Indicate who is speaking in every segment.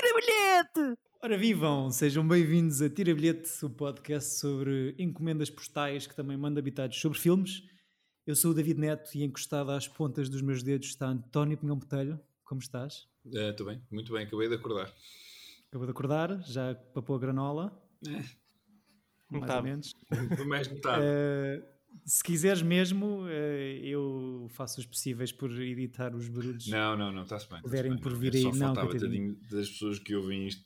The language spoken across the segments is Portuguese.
Speaker 1: bilhete!
Speaker 2: Ora vivam, sejam bem-vindos a Tira Bilhete, o podcast sobre encomendas postais que também manda habitados sobre filmes. Eu sou o David Neto e encostado às pontas dos meus dedos está António Pinhão Botelho. Como estás?
Speaker 3: Estou Eh, bem, muito bem, acabei de acordar.
Speaker 2: Acabou de acordar, já papou a granola, mais ou
Speaker 4: Metade.
Speaker 2: menos.
Speaker 3: É. Foi mais metade.
Speaker 2: Eh, se quiseres mesmo, eh, eu faço os possíveis por editar os barulhos.
Speaker 3: Não, não, não, está-se bem. está-se
Speaker 2: Puderem
Speaker 3: bem.
Speaker 2: por vir
Speaker 3: Eu
Speaker 2: aí,
Speaker 3: Só
Speaker 2: não,
Speaker 3: faltava
Speaker 2: coitadinho.
Speaker 3: tadinho das pessoas que ouvem isto.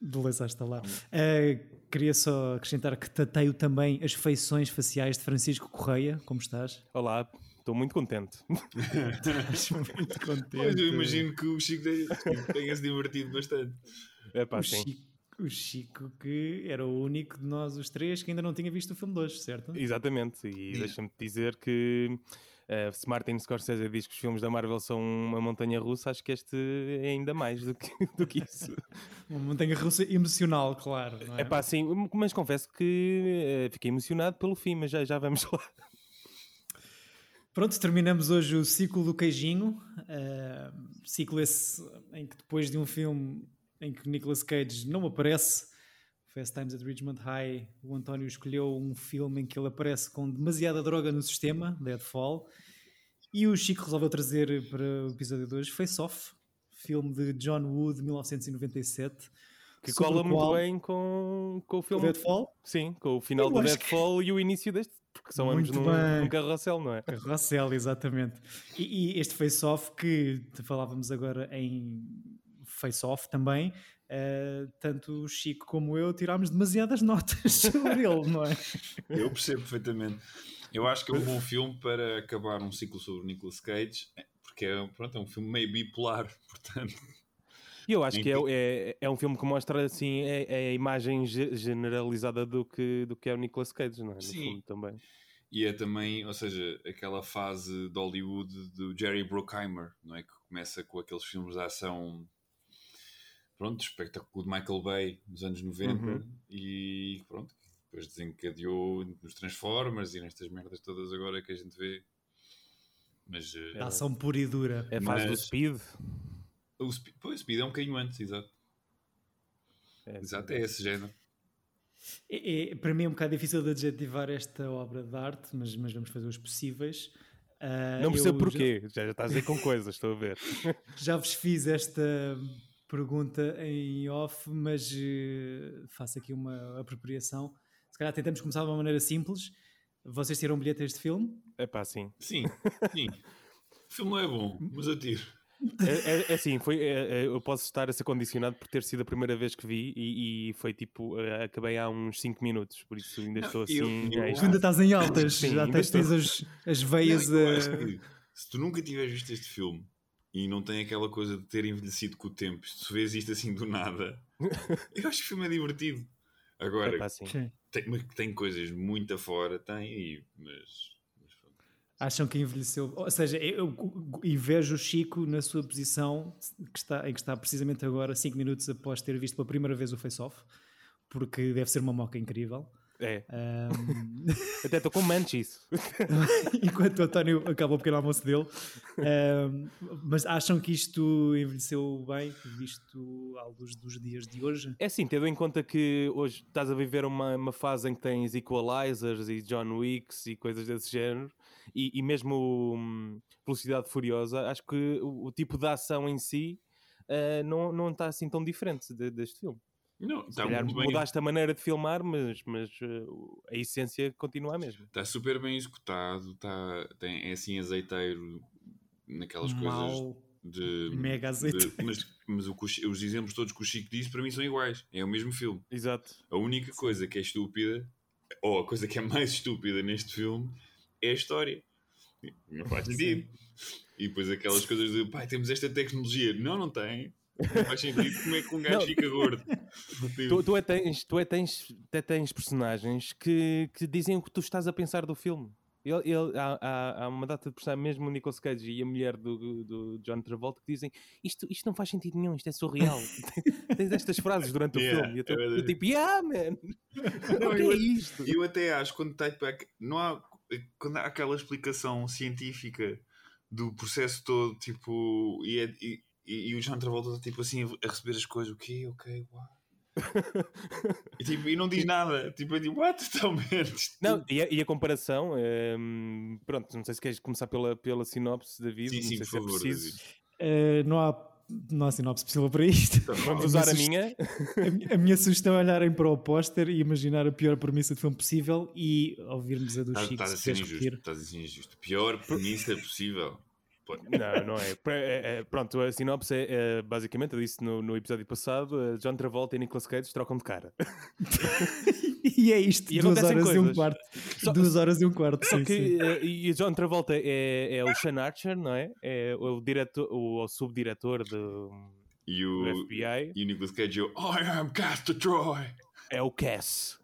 Speaker 2: de laser estalar. Uh, queria só acrescentar que tateio também as feições faciais de Francisco Correia. Como estás?
Speaker 4: Olá, estou muito contente.
Speaker 2: Estás muito contente.
Speaker 3: Pois eu imagino que o Chico tenha- tenha se divertido bastante.
Speaker 4: É pá,
Speaker 2: O
Speaker 4: sim.
Speaker 2: Chico, o Chico que era o único de nós os três que ainda não tinha visto o filme de hoje, certo?
Speaker 4: Exatamente. E
Speaker 3: Yeah.
Speaker 4: deixa-me te dizer que eh, se Martin Scorsese diz que os filmes da Marvel são uma montanha russa, acho que este é ainda mais do que, do que isso.
Speaker 2: Uma montanha russa emocional, claro. não é?
Speaker 4: É pá, sim, mas confesso que eh, fiquei emocionado pelo fim, mas já, já vamos lá.
Speaker 2: Pronto, terminamos hoje o ciclo do queijinho. eh, ciclo esse em que depois de um filme em que Nicolas Cage não aparece, Fast Times at Ridgemont High, o António escolheu um filme em que ele aparece com demasiada droga no sistema, Deadfall, e o Chico resolveu trazer para o episódio 2 Face Off, filme de John Woo de 1997.
Speaker 4: Que
Speaker 2: sobre
Speaker 4: cola
Speaker 2: o
Speaker 4: muito
Speaker 2: qual
Speaker 4: bem com, com o
Speaker 2: o
Speaker 4: filme.
Speaker 2: Deadfall
Speaker 4: Sim, com o final
Speaker 2: Eu
Speaker 4: do
Speaker 2: acho que-
Speaker 4: Deadfall e o início deste, porque são ambos
Speaker 2: Muito
Speaker 4: num,
Speaker 2: bem.
Speaker 4: num carrossel, não é?
Speaker 2: Carrossel, exatamente. E, e este face-off que te falávamos agora em face-off também, eh, tanto o Chico como eu tirámos demasiadas notas sobre ele, não é?
Speaker 3: Eu percebo perfeitamente. Eu acho que é um bom filme para acabar um ciclo sobre o Nicolas Cage, porque é, pronto, é um filme meio bipolar, portanto.
Speaker 4: E eu acho
Speaker 3: Em
Speaker 4: que é,
Speaker 3: que-
Speaker 4: é, é um filme que mostra assim é, é a imagem ge- generalizada do que, do que é o Nicolas Cage, não é? No
Speaker 3: Sim.
Speaker 4: fundo também.
Speaker 3: E é também, ou seja, aquela fase de Hollywood do Jerry Bruckheimer, não é? Que começa com aqueles filmes de ação, pronto, espetáculo de Michael Bay nos anos 90 e pronto, depois desencadeou nos Transformers e nestas merdas todas agora que a gente vê. Mas eh,
Speaker 2: A ação pura e dura.
Speaker 4: É a fase do
Speaker 3: Mas-
Speaker 4: Speed.
Speaker 3: o Speed, pois, Speed é um bocadinho antes, exato.
Speaker 4: É.
Speaker 3: Exato, é esse género.
Speaker 2: É- é- para mim é um bocado difícil de adjetivar esta obra de arte, mas, mas vamos fazer os possíveis. Ah,
Speaker 4: Não percebo
Speaker 2: eu já-
Speaker 4: porquê, já, já estás aí com coisas, estou a ver.
Speaker 2: Já vos fiz esta pergunta em off, mas eh, faço aqui uma apropriação. Se calhar tentamos começar de uma maneira simples. Vocês tiram bilhete a este filme?
Speaker 4: É pá, sim.
Speaker 3: Sim, sim. o filme não é bom, mas eu tiro.
Speaker 4: É, é, é assim, foi, é, é, eu posso estar a ser condicionado por ter sido a primeira vez que vi e, e foi tipo, eh, acabei há uns 5 minutos, por isso ainda estou
Speaker 3: eu-
Speaker 4: assim.
Speaker 3: eu-
Speaker 4: é
Speaker 2: Tu
Speaker 4: isto.
Speaker 2: ainda estás em altas,
Speaker 4: Sim,
Speaker 2: já
Speaker 4: ainda
Speaker 2: tens,
Speaker 4: estou.
Speaker 2: tens as, as veias
Speaker 3: Não, eu
Speaker 2: a-
Speaker 3: acho que se tu nunca tiveres visto este filme e não tem aquela coisa de ter envelhecido com o tempo, se tu vês isto assim do nada, eu acho que o filme é divertido. Agora,
Speaker 4: É pá, sim.
Speaker 2: Sim.
Speaker 3: tem, mas tem coisas muito afora, tem, e, mas, mas pronto.
Speaker 2: Acham que envelheceu. Ou seja, eu eu invejo o Chico na sua posição que está, em que está precisamente agora, 5 minutos após ter visto pela primeira vez o Face Off, porque deve ser uma moca incrível.
Speaker 4: É.
Speaker 2: Ahm,
Speaker 4: Até estou com manches.
Speaker 2: enquanto o António acaba o pequeno almoço dele. Ahm, mas acham que isto envelheceu bem, visto à luz dos dias de hoje?
Speaker 4: É assim, tendo em conta que hoje estás a viver uma, uma fase em que tens Equalizers e John Wicks e coisas desse género, e, e mesmo hum, Velocidade Furiosa, acho que o, o tipo de ação em si eh, não, não está assim tão diferente de- deste filme.
Speaker 3: Não,
Speaker 4: Se
Speaker 3: está
Speaker 4: calhar
Speaker 3: muito bem.
Speaker 4: mudaste a maneira de filmar, mas, mas eh, o- a essência continua a mesma.
Speaker 3: Está tá super bem executado, está, tem, é assim azeiteiro naquelas coisas
Speaker 2: Mal.
Speaker 3: de.
Speaker 2: Mega azeiteiro.
Speaker 3: de- mas mas o que o Chi- os exemplos todos que o Chico disse para mim são iguais. É o mesmo filme.
Speaker 4: Exato.
Speaker 3: A única coisa que é estúpida, ou a coisa que é mais estúpida neste filme, é a história. Não faz sentido. E depois aquelas coisas de pai, temos esta tecnologia. Não, não tem. Não faz sentido como é que um gajo
Speaker 4: Não.
Speaker 3: fica gordo. Tipo,
Speaker 4: Tu, tu é tens, tu é tens, até tens personagens que, que dizem o que tu estás a pensar do filme. Ele, ele- há, há- há uma data de personagens, mesmo o Nicolas Cage e a mulher do, do John Travolta, que dizem isto, isto não faz sentido nenhum, isto é surreal. tens estas frases durante o
Speaker 3: Yeah,
Speaker 4: filme. E eu tô-
Speaker 3: é verdade.
Speaker 4: eu tipo, yeah, man,
Speaker 3: Não,
Speaker 4: o que
Speaker 3: eu,
Speaker 4: é isto?
Speaker 3: eu até acho quando está tipo, ac- não há quando há aquela explicação científica do processo todo, tipo, e, é- e E, e o John Travolta está tipo assim a receber as coisas, o quê? Ok, uau. e, tipo, e não diz nada, tipo, eu digo, what? Totalmente.
Speaker 4: Não, e a, e a comparação, ehm, pronto, não sei se queres começar pela, pela sinopse, David,
Speaker 3: Sim,
Speaker 4: não
Speaker 3: sim,
Speaker 4: sei
Speaker 3: por
Speaker 4: se é
Speaker 3: favor,
Speaker 4: preciso.
Speaker 2: Eh, não há não há sinopse possível para isto.
Speaker 4: Vamos
Speaker 2: Eu
Speaker 4: usar a
Speaker 2: assusto-
Speaker 4: minha.
Speaker 2: A mi- A minha sugestão é olharem para o póster e imaginar a pior premissa de filme possível e ouvirmos a do
Speaker 3: Estás,
Speaker 2: Chico
Speaker 3: estás Tá- a
Speaker 2: se
Speaker 3: ser
Speaker 2: queres
Speaker 3: assim injusto,
Speaker 2: repetir.
Speaker 3: estás a ser injusto. Pior premissa possível. Pô,
Speaker 4: Não, não é. Pre- é- é- Pronto, a sinopse é, é, basicamente, eu disse no, no episódio passado: eh, John Travolta e Nicolas Cage trocam de cara.
Speaker 2: E é isto,
Speaker 4: E
Speaker 2: duas
Speaker 4: acontecem
Speaker 2: horas e um
Speaker 4: coisas.
Speaker 2: quarto. Duas horas e um quarto, sim,
Speaker 4: Que,
Speaker 2: sim.
Speaker 4: eh, e o John Travolta é, é o Sean Archer, não é? É o, diretor, o, o subdiretor do,
Speaker 3: E
Speaker 4: do
Speaker 3: o,
Speaker 4: FBI.
Speaker 3: e o Nicolas Cage, eu, I am Castor Troy.
Speaker 4: É o Cass.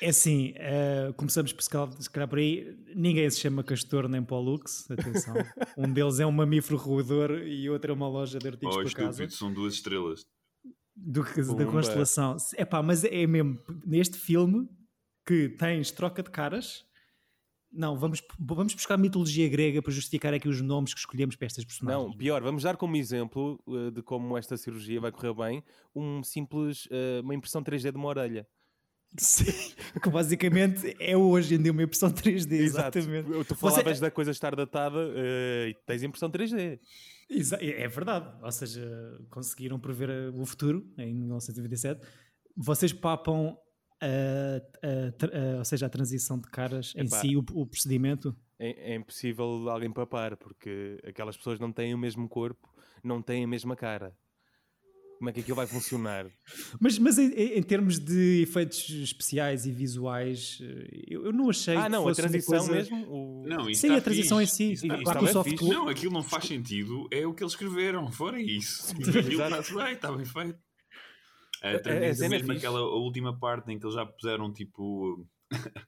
Speaker 2: É assim, eh, começamos por se cal- se calhar por aí. Ninguém se chama Castor nem Pollux, atenção. Um deles é um mamífero roedor e outro é uma loja de artigos
Speaker 3: Oh,
Speaker 2: para casa.
Speaker 3: estúpido, são duas estrelas.
Speaker 2: do que da
Speaker 4: Pumba.
Speaker 2: constelação. É pá, mas é mesmo neste filme que tens troca de caras. Não, vamos, vamos buscar a mitologia grega para justificar aqui os nomes que escolhemos para estas personagens.
Speaker 4: Não, pior, vamos dar como exemplo eh, de como esta cirurgia vai correr bem um simples, eh, uma impressão 3D de uma orelha.
Speaker 2: Sim, que basicamente é hoje em dia uma impressão 3D, exatamente.
Speaker 4: Exato. é- Tu
Speaker 2: Você-
Speaker 4: falavas da coisa estar datada eh, e tens impressão 3D.
Speaker 2: Exa- é é verdade. Ou seja, conseguiram prever eh, o futuro em 1997. Vocês papam a, a tra- a- ou seja, a transição de caras em
Speaker 4: Epá.
Speaker 2: si, o, o procedimento.
Speaker 4: É, é impossível alguém papar, porque aquelas pessoas não têm o mesmo corpo, não têm a mesma cara. Como é que aquilo vai funcionar?
Speaker 2: Mas, mas em, em- em termos de efeitos especiais e visuais, eh, eu, eu não achei.
Speaker 4: ah,
Speaker 2: que
Speaker 4: não, a
Speaker 2: fosse uma
Speaker 4: transição
Speaker 2: coisa-
Speaker 4: mesmo. o-
Speaker 3: Não, tá isso
Speaker 2: Sim,
Speaker 3: está
Speaker 2: a transição é
Speaker 3: fixe.
Speaker 2: em si. Ah,
Speaker 3: Isso está
Speaker 2: E-
Speaker 4: claro
Speaker 3: fixe.
Speaker 4: que
Speaker 3: Está
Speaker 4: o
Speaker 2: soft
Speaker 3: fixe.
Speaker 2: clo-
Speaker 3: Não, aquilo não faz sentido. É o que eles escreveram. Fora isso. Aquilo
Speaker 4: exato.
Speaker 3: está-se bem, está bem feito. Eh, A
Speaker 4: a
Speaker 3: transição
Speaker 4: cena é
Speaker 3: mesmo
Speaker 4: fixe.
Speaker 3: aquela última parte em que eles já puseram tipo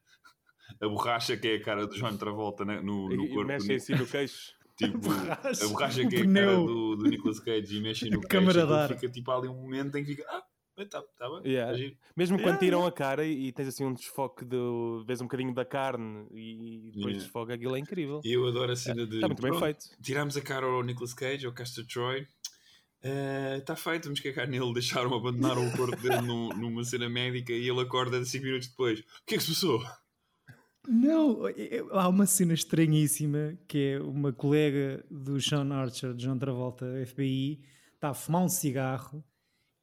Speaker 3: a borracha que é a cara do João Travolta né, no,
Speaker 4: e-
Speaker 3: no
Speaker 4: e
Speaker 3: corpo.
Speaker 4: mexem
Speaker 3: né?
Speaker 4: assim no queixo.
Speaker 3: Tipo,
Speaker 2: borracha,
Speaker 3: a borracha que
Speaker 2: o
Speaker 3: é a cara
Speaker 2: pneu.
Speaker 3: do, do Nicolas Cage e mexem no
Speaker 2: A câmara
Speaker 3: queixo,
Speaker 2: de
Speaker 3: aquilo
Speaker 2: ar.
Speaker 3: Fica tipo ali um momento em que fica. Ah, está tá bem.
Speaker 4: Yeah.
Speaker 3: tá giro."
Speaker 4: Mesmo
Speaker 2: Yeah,
Speaker 4: quando tiram a cara e, e tens assim um desfoque, do, vês um bocadinho da carne e depois
Speaker 3: Yeah.
Speaker 4: desfoca, aquilo é incrível.
Speaker 3: E eu adoro a cena de.
Speaker 4: Está muito É. Tá bem
Speaker 3: "Pronto,
Speaker 4: feito.
Speaker 3: tirámos a cara ao Nicolas Cage, ao Castor Troy. Está feito, vamos cagar nele. Deixaram abandonar o corpo dele num- numa cena médica e ele acorda 5 minutos depois. O que é que se passou?
Speaker 2: Não, eu- há uma cena estranhíssima que é uma colega do Sean Archer, de John Travolta, FBI, está a fumar um cigarro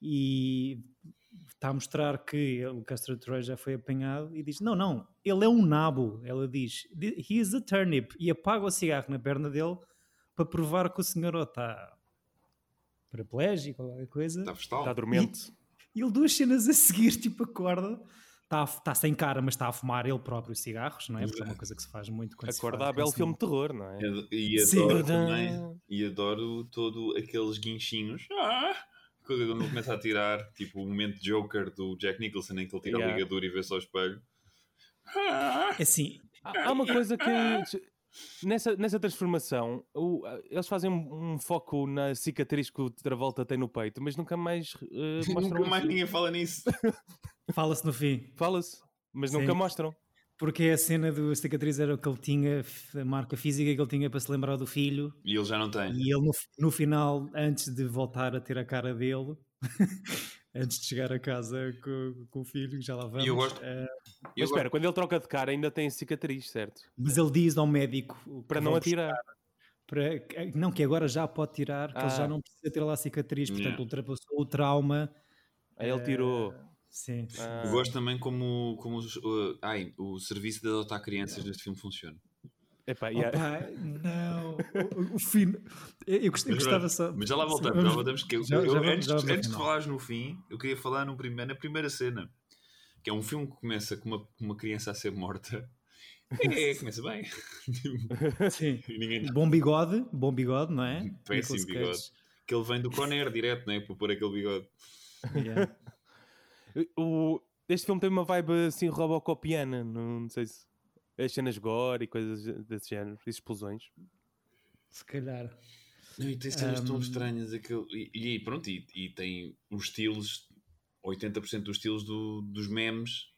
Speaker 2: e está a mostrar que o Castro Troy já foi apanhado e diz: Não, não, ele é um nabo. Ela diz: He is a turnip. E apaga o cigarro na perna dele para provar que o senhor ou está paraplégico ou qualquer coisa.
Speaker 3: Está festal.
Speaker 4: Está dormente.
Speaker 2: E ele duas cenas a seguir, tipo, acorda. Está tá sem cara, mas está a fumar ele próprio cigarros, não é? Porque é uma coisa que se faz muito quando se
Speaker 4: Acorda
Speaker 2: faz-
Speaker 4: a belo
Speaker 2: quando se-
Speaker 4: filme de terror, não é?
Speaker 3: Ad- E
Speaker 2: Sim.
Speaker 3: adoro
Speaker 4: Tadã.
Speaker 3: também. E adoro todo aqueles guinchinhos. Ah! Quando ele começa a tirar, tipo o momento Joker do Jack Nicholson em que ele tira
Speaker 4: Yeah.
Speaker 3: a ligadura e vê-se ao espelho. Ah!
Speaker 2: É assim,
Speaker 4: Há há uma coisa que. Nessa, nessa transformação, o- a- eles fazem um, um foco na cicatriz que o Travolta tem no peito, mas nunca mais eh, mostram
Speaker 3: Nunca mais
Speaker 4: isso.
Speaker 3: ninguém fala nisso.
Speaker 2: fala-se no fim.
Speaker 4: Fala-se, mas
Speaker 2: Sim.
Speaker 4: nunca mostram.
Speaker 2: Porque é a cena do cicatriz era o que ele tinha, a marca física que ele tinha para se lembrar do filho.
Speaker 3: E ele já não tem.
Speaker 2: E ele, no, no final, antes de voltar a ter a cara dele, antes de chegar a casa com, com o filho, já lá vamos.
Speaker 3: eu gosto-
Speaker 2: eh,
Speaker 3: Eu
Speaker 4: mas espera, quando ele troca de cara, ainda tem a cicatriz, certo?
Speaker 2: mas ele diz ao médico que
Speaker 4: Para não
Speaker 2: vão buscar-
Speaker 4: atirar.
Speaker 2: para- que- não, que agora já pode tirar, que ele já
Speaker 4: Ah.
Speaker 2: não precisa ter lá a cicatriz, portanto
Speaker 3: Yeah.
Speaker 2: ultrapassou o trauma.
Speaker 4: Aí ele tirou.
Speaker 2: Sim.
Speaker 4: Ah,
Speaker 3: Eu gosto também como, como os- o- ai, o serviço de adotar crianças neste filme funciona.
Speaker 4: epá,
Speaker 3: é.
Speaker 4: yeah.
Speaker 2: Opa, não, o, o fim. Eu, eu gost- eu
Speaker 3: Mas
Speaker 2: gostava
Speaker 3: pronto,
Speaker 2: só.
Speaker 3: É Mas já lá voltamos, já
Speaker 2: Vamos-
Speaker 3: lá voltamos. Que eu-
Speaker 2: já-
Speaker 3: eu-
Speaker 2: já vamos-
Speaker 3: antes
Speaker 2: já vamos ao
Speaker 3: antes de
Speaker 2: final.
Speaker 3: falares no fim, eu queria falar no primeiro, na primeira cena, que é um filme que começa com uma, com uma criança a ser morta. É, começa bem.
Speaker 2: Sim.
Speaker 3: E Ninguém
Speaker 2: Bom bigode, bom bigode, não é?
Speaker 3: Péssimo
Speaker 2: Nicolas
Speaker 3: bigode.
Speaker 2: Cage.
Speaker 3: Que ele vem do Conair direto, né? Para pôr aquele bigode.
Speaker 2: Yeah.
Speaker 4: O- este filme tem uma vibe assim robocopiana, não, não sei se. As cenas gore e coisas desse género, explosões.
Speaker 2: Se calhar.
Speaker 3: Não, e tem cenas tão
Speaker 2: Um,
Speaker 3: estranhas. Aquele, e, e pronto, e, e tem os estilos, 80% dos estilos do- dos memes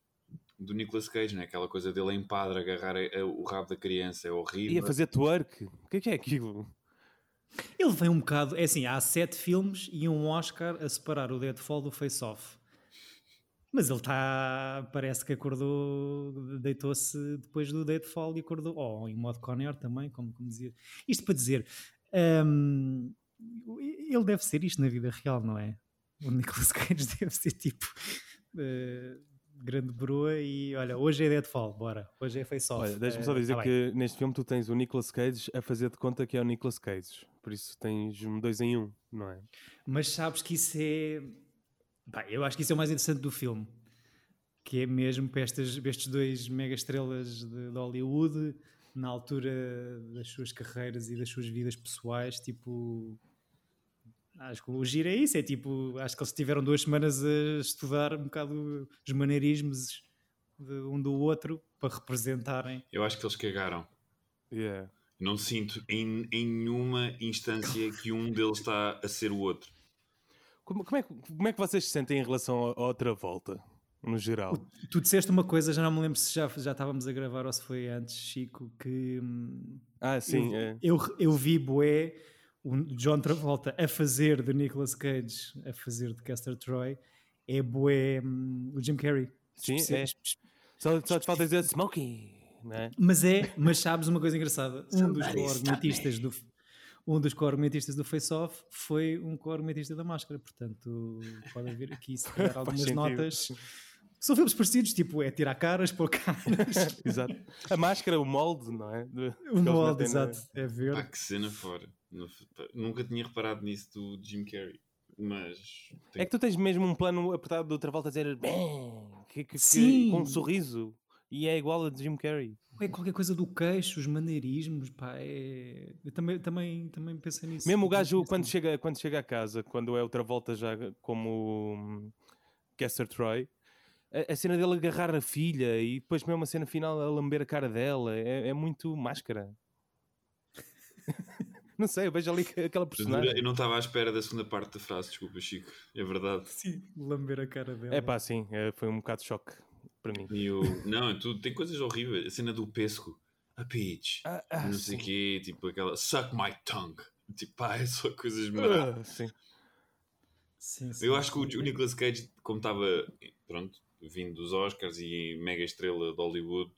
Speaker 3: do Nicolas Cage, né? aquela coisa dele em padre agarrar a- a- o rabo da criança, é
Speaker 4: E
Speaker 3: horrível.
Speaker 4: a fazer twerk. O que é que é aquilo?
Speaker 2: Ele vem um bocado. É assim, há sete filmes e um Oscar a separar o Deadfall do Face Off. Mas ele está. Parece que acordou. Deitou-se depois do Deadfall e acordou. Ou em modo Conner também, como, como dizia. Isto para dizer. hum, ele deve ser isto na vida real, não é? O Nicolas Cage deve ser tipo. eh, grande broa e olha, hoje é Deadfall, bora. Hoje é Face Off.
Speaker 4: Olha, deixa-me só
Speaker 2: eh,
Speaker 4: dizer
Speaker 2: tá bem.
Speaker 4: que neste filme tu tens o Nicolas Cage a fazer de conta que é o Nicolas Cage. Por isso tens um dois em um, não é?
Speaker 2: Mas sabes que isso é. Pá, eu acho que isso é o mais interessante do filme. Que é mesmo para, estas, para estes dois mega estrelas de, de Hollywood, na altura das suas carreiras e das suas vidas pessoais, tipo. Acho que o giro é isso, é tipo, acho que eles tiveram duas semanas a estudar um bocado os maneirismos de um do outro para representarem.
Speaker 3: Eu acho que eles cagaram.
Speaker 4: Yeah.
Speaker 3: Não sinto em, em nenhuma instância que um deles está a ser o outro.
Speaker 4: Como, como é, que- como é que vocês se sentem em relação a, a outra volta, no geral?
Speaker 2: Tu disseste uma coisa, já não me lembro se já, já estávamos a gravar ou se foi antes, Chico, que hum,
Speaker 4: Ah, sim. é.
Speaker 2: Eu, eu, eu vi Boé, o John Travolta a fazer de Nicolas Cage, a fazer de Caster Troy, é Boé o Jim Carrey.
Speaker 4: Sim,
Speaker 2: Espe-
Speaker 4: é. Só, só te falta dizer Smokey, não é?
Speaker 2: Mas é, mas sabes uma coisa engraçada? Um dos co-argumentistas do um dos co-argumentistas do Face Off foi um co-argumentista da Máscara, portanto podem ver aqui se calhar algumas
Speaker 4: sentido.
Speaker 2: notas. São filmes parecidos, tipo é tirar caras, pôr caras,
Speaker 4: Exato. A máscara, o molde, não é? De- que
Speaker 2: o
Speaker 4: eles
Speaker 2: molde,
Speaker 4: metem na-
Speaker 2: exato, é
Speaker 3: Pá,
Speaker 2: verde.
Speaker 3: que cena fora. Nu- pá, Nunca tinha reparado nisso do Jim Carrey. Mas.
Speaker 4: É que tu tens mesmo um plano apertado do outra volta a dizer bem, que, que- que-
Speaker 2: Sim.
Speaker 4: com um sorriso. E é igual a de Jim Carrey.
Speaker 2: É qualquer coisa do queixo, os maneirismos, pá, é... Eu também, também, também pensei nisso.
Speaker 4: Mesmo o
Speaker 2: Eu também
Speaker 4: gajo
Speaker 2: pensei
Speaker 4: quando
Speaker 2: nisso.
Speaker 4: chega, quando chega a casa, quando é outra volta já como hum, Caster Troy, a, a cena dele agarrar a filha e depois mesmo a cena final a lamber a cara dela é, é muito máscara. Não sei, eu vejo ali que- aquela personagem.
Speaker 3: Eu não estava à espera da segunda parte da frase, desculpa, Chico. É verdade.
Speaker 2: Sim, lamber a cara dela.
Speaker 4: É pá, sim, é, foi um bocado de choque para mim.
Speaker 3: E o- Não, tu... tem coisas horríveis. A cena do pesco. A peach.
Speaker 4: Ah, ah,
Speaker 3: não sei o
Speaker 4: sim.
Speaker 3: quê. Tipo aquela. Suck my tongue. Tipo, pá, é só coisas maravilhosas.
Speaker 4: Ah, sim.
Speaker 2: Sim, sim,
Speaker 3: Eu acho que
Speaker 2: sim.
Speaker 3: o, o Nicolas Cage, como estava, pronto, vindo dos Oscars e mega estrela de Hollywood,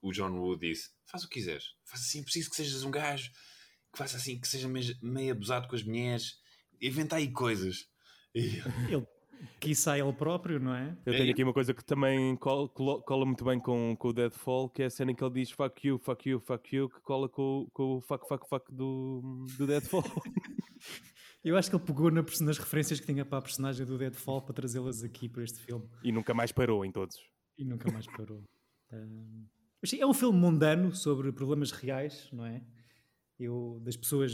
Speaker 3: o John Wood disse: faz o que quiseres, faz assim, preciso que sejas um gajo que faça assim, que seja meio, meio abusado com as mulheres, inventa aí coisas. E-
Speaker 2: Ele, que isso ele próprio, não é?
Speaker 4: Eu
Speaker 3: É,
Speaker 4: tenho
Speaker 3: e-
Speaker 4: aqui uma coisa que também col- colo- cola, muito bem com, com o Deadfall, que é a cena em que ele diz fuck you, fuck you, fuck you, que cola com, com o fuck, fuck, fuck do, do Deadfall.
Speaker 2: Eu acho que ele pegou na, perso- nas referências que tinha para a personagem do Deadfall para trazê-las aqui para este filme
Speaker 4: e nunca mais parou em todos.
Speaker 2: e nunca mais parou. Ahm, mas sim, é um filme mundano sobre problemas reais, não é? Eu, das pessoas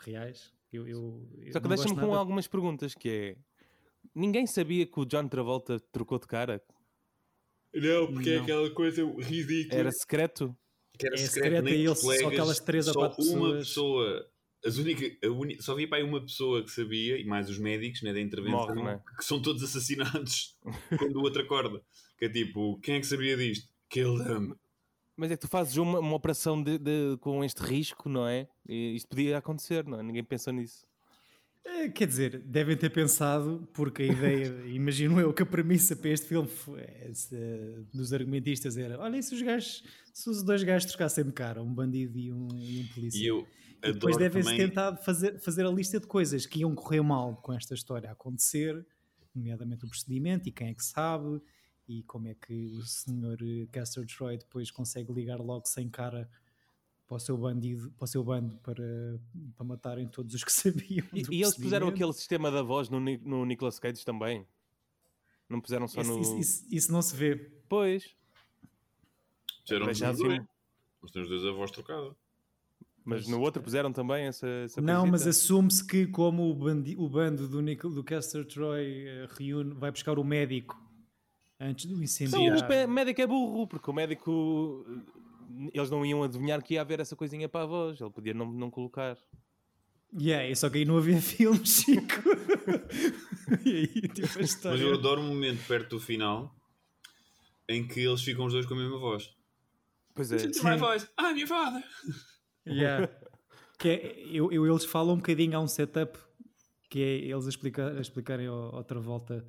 Speaker 2: reais. Eu, eu, eu
Speaker 4: Só que
Speaker 2: não gosto
Speaker 4: deixa-me com
Speaker 2: nada-
Speaker 4: algumas perguntas, que é... Ninguém sabia que o John Travolta trocou de cara?
Speaker 3: Não, porque é
Speaker 2: Não.
Speaker 3: aquela coisa ridícula.
Speaker 4: Era secreto?
Speaker 3: que era
Speaker 2: é
Speaker 3: secreto,
Speaker 2: secreta
Speaker 3: nem
Speaker 2: e
Speaker 3: dos
Speaker 2: ele- só aquelas três ou
Speaker 3: só
Speaker 2: quatro
Speaker 3: uma
Speaker 2: pessoas.
Speaker 3: pessoa. As única, a uni- só havia para aí uma pessoa que sabia, e mais os médicos né, da intervenção,
Speaker 4: Morre, não é?
Speaker 3: que são todos assassinados quando o outro acorda. Que é tipo, quem é que sabia disto? Kill them.
Speaker 4: Mas é que tu fazes uma, uma operação de- de- com este risco, não é? E isto podia acontecer, não é? Ninguém pensou nisso.
Speaker 2: Eh, Quer dizer, devem ter pensado, porque a ideia, imagino eu, que a premissa para este filme foi- eh, se- dos argumentistas era: olha, e se os gajos, se os dois gajos trocassem de cara, um bandido e um, e um polícia.
Speaker 3: E eu
Speaker 2: E depois
Speaker 3: adoro
Speaker 2: devem-se
Speaker 3: também...
Speaker 2: tentar fazer, fazer a lista de coisas que iam correr mal com esta história a acontecer, nomeadamente o procedimento e quem é que sabe, e como é que o senhor eh, Caster Troy depois consegue ligar logo sem cara para o seu, bandido, para o seu bando para, para matarem todos os que sabiam.
Speaker 4: E,
Speaker 2: do
Speaker 4: e eles puseram
Speaker 2: procedimento.
Speaker 4: aquele sistema da voz no, Ni- no Nicolas Cage também? Não puseram só
Speaker 2: Isso,
Speaker 4: no...
Speaker 2: isso- isso- isso não se vê.
Speaker 4: Pois...
Speaker 3: Fizeram
Speaker 4: Mas já
Speaker 3: os
Speaker 4: assim-
Speaker 3: dois. Os teus dois avós trocados.
Speaker 4: Mas no outro puseram também essa, essa
Speaker 2: não, mas
Speaker 4: coisita?
Speaker 2: assume-se que, como o, bandi- o bando do, Nic- do Caster Troy eh, reúne, vai buscar o médico antes do
Speaker 4: Não,
Speaker 2: incendiar.
Speaker 4: o pé- médico é burro, porque o médico... eh, Eles não iam adivinhar que ia haver essa coisinha para a voz. Ele podia não, não colocar.
Speaker 2: Yeah, e só que aí não havia filme, Chico. e aí, tipo, a história.
Speaker 3: Mas eu adoro um momento perto do final em que eles ficam os dois com a mesma voz.
Speaker 4: Pois é.
Speaker 3: It's my voice, I'm your father.
Speaker 2: Yeah. que é, eu, eu- eles falam um bocadinho, há um setup que é eles a, explicar, a explicarem ao, ao Travolta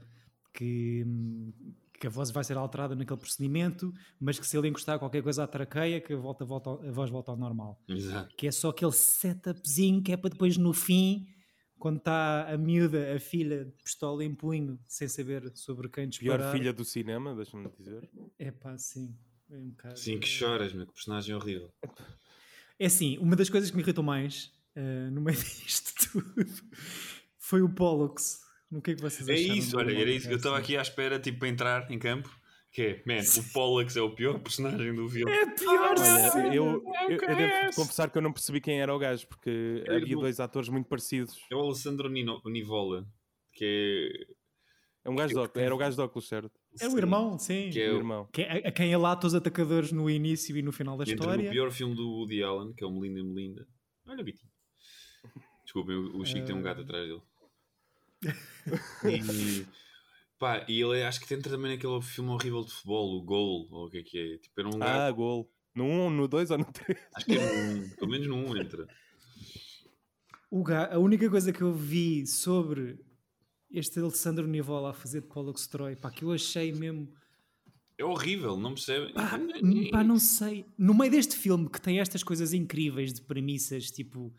Speaker 2: que, hum, que a voz vai ser alterada naquele procedimento, mas que se ele encostar qualquer coisa à traqueia, que a, volta, volta, ao- a voz volta ao normal.
Speaker 3: Exato.
Speaker 2: Que é só aquele setupzinho que é para depois no fim, quando está a miúda, a filha, de pistola em punho, sem saber sobre quem
Speaker 4: Pior
Speaker 2: disparar.
Speaker 4: filha do cinema, deixa-me dizer.
Speaker 2: É pá, sim. É um bocado-
Speaker 3: Sim, que choras, meu, que personagem horrível.
Speaker 2: É assim, uma das coisas que me irritou mais eh, no meio disto tudo foi o Pollux. No que é que vocês
Speaker 3: É
Speaker 2: acharam
Speaker 3: isso,
Speaker 2: do
Speaker 3: olha, era
Speaker 2: Pollux?
Speaker 3: isso que eu estava aqui à espera, tipo, para entrar em campo. Que é, man, o Pollux é o pior personagem do filme.
Speaker 2: É pior
Speaker 4: Olha,
Speaker 2: sim.
Speaker 4: eu, eu, eu devo confessar que eu não percebi quem era o gajo, porque
Speaker 3: Era
Speaker 4: havia
Speaker 3: do-
Speaker 4: dois atores muito parecidos.
Speaker 3: É o Alessandro Nino- Nivola, que
Speaker 4: É um gajo de óculos, era o gajo de óculos, certo?
Speaker 3: é.
Speaker 2: É o irmão, sim.
Speaker 3: Que é
Speaker 4: O
Speaker 3: Eu-
Speaker 4: irmão.
Speaker 2: Que é a, a quem alata os atacadores no início e no final da
Speaker 3: Entre
Speaker 2: história.
Speaker 3: o pior filme do Woody Allen, que é o Melinda e Melinda. Olha, Bitinho. Desculpem, o o Chico tem um gato atrás dele. E, pá, e ele é- acho que entra também naquele filme horrível de futebol, o Goal, ou o que é que é. Tipo, era um gajo,
Speaker 4: Ah, gol. No 1, um, no 2 ou no 3?
Speaker 2: Ah.
Speaker 3: acho que era um, pelo menos num entra.
Speaker 2: O ga- a única coisa que eu vi sobre este Alessandro Nivola a fazer de Pollux Troy, pá, que eu achei mesmo
Speaker 3: É horrível, não percebem?
Speaker 2: Pá, n- pá, não sei. No meio deste filme que tem estas coisas incríveis de premissas tipo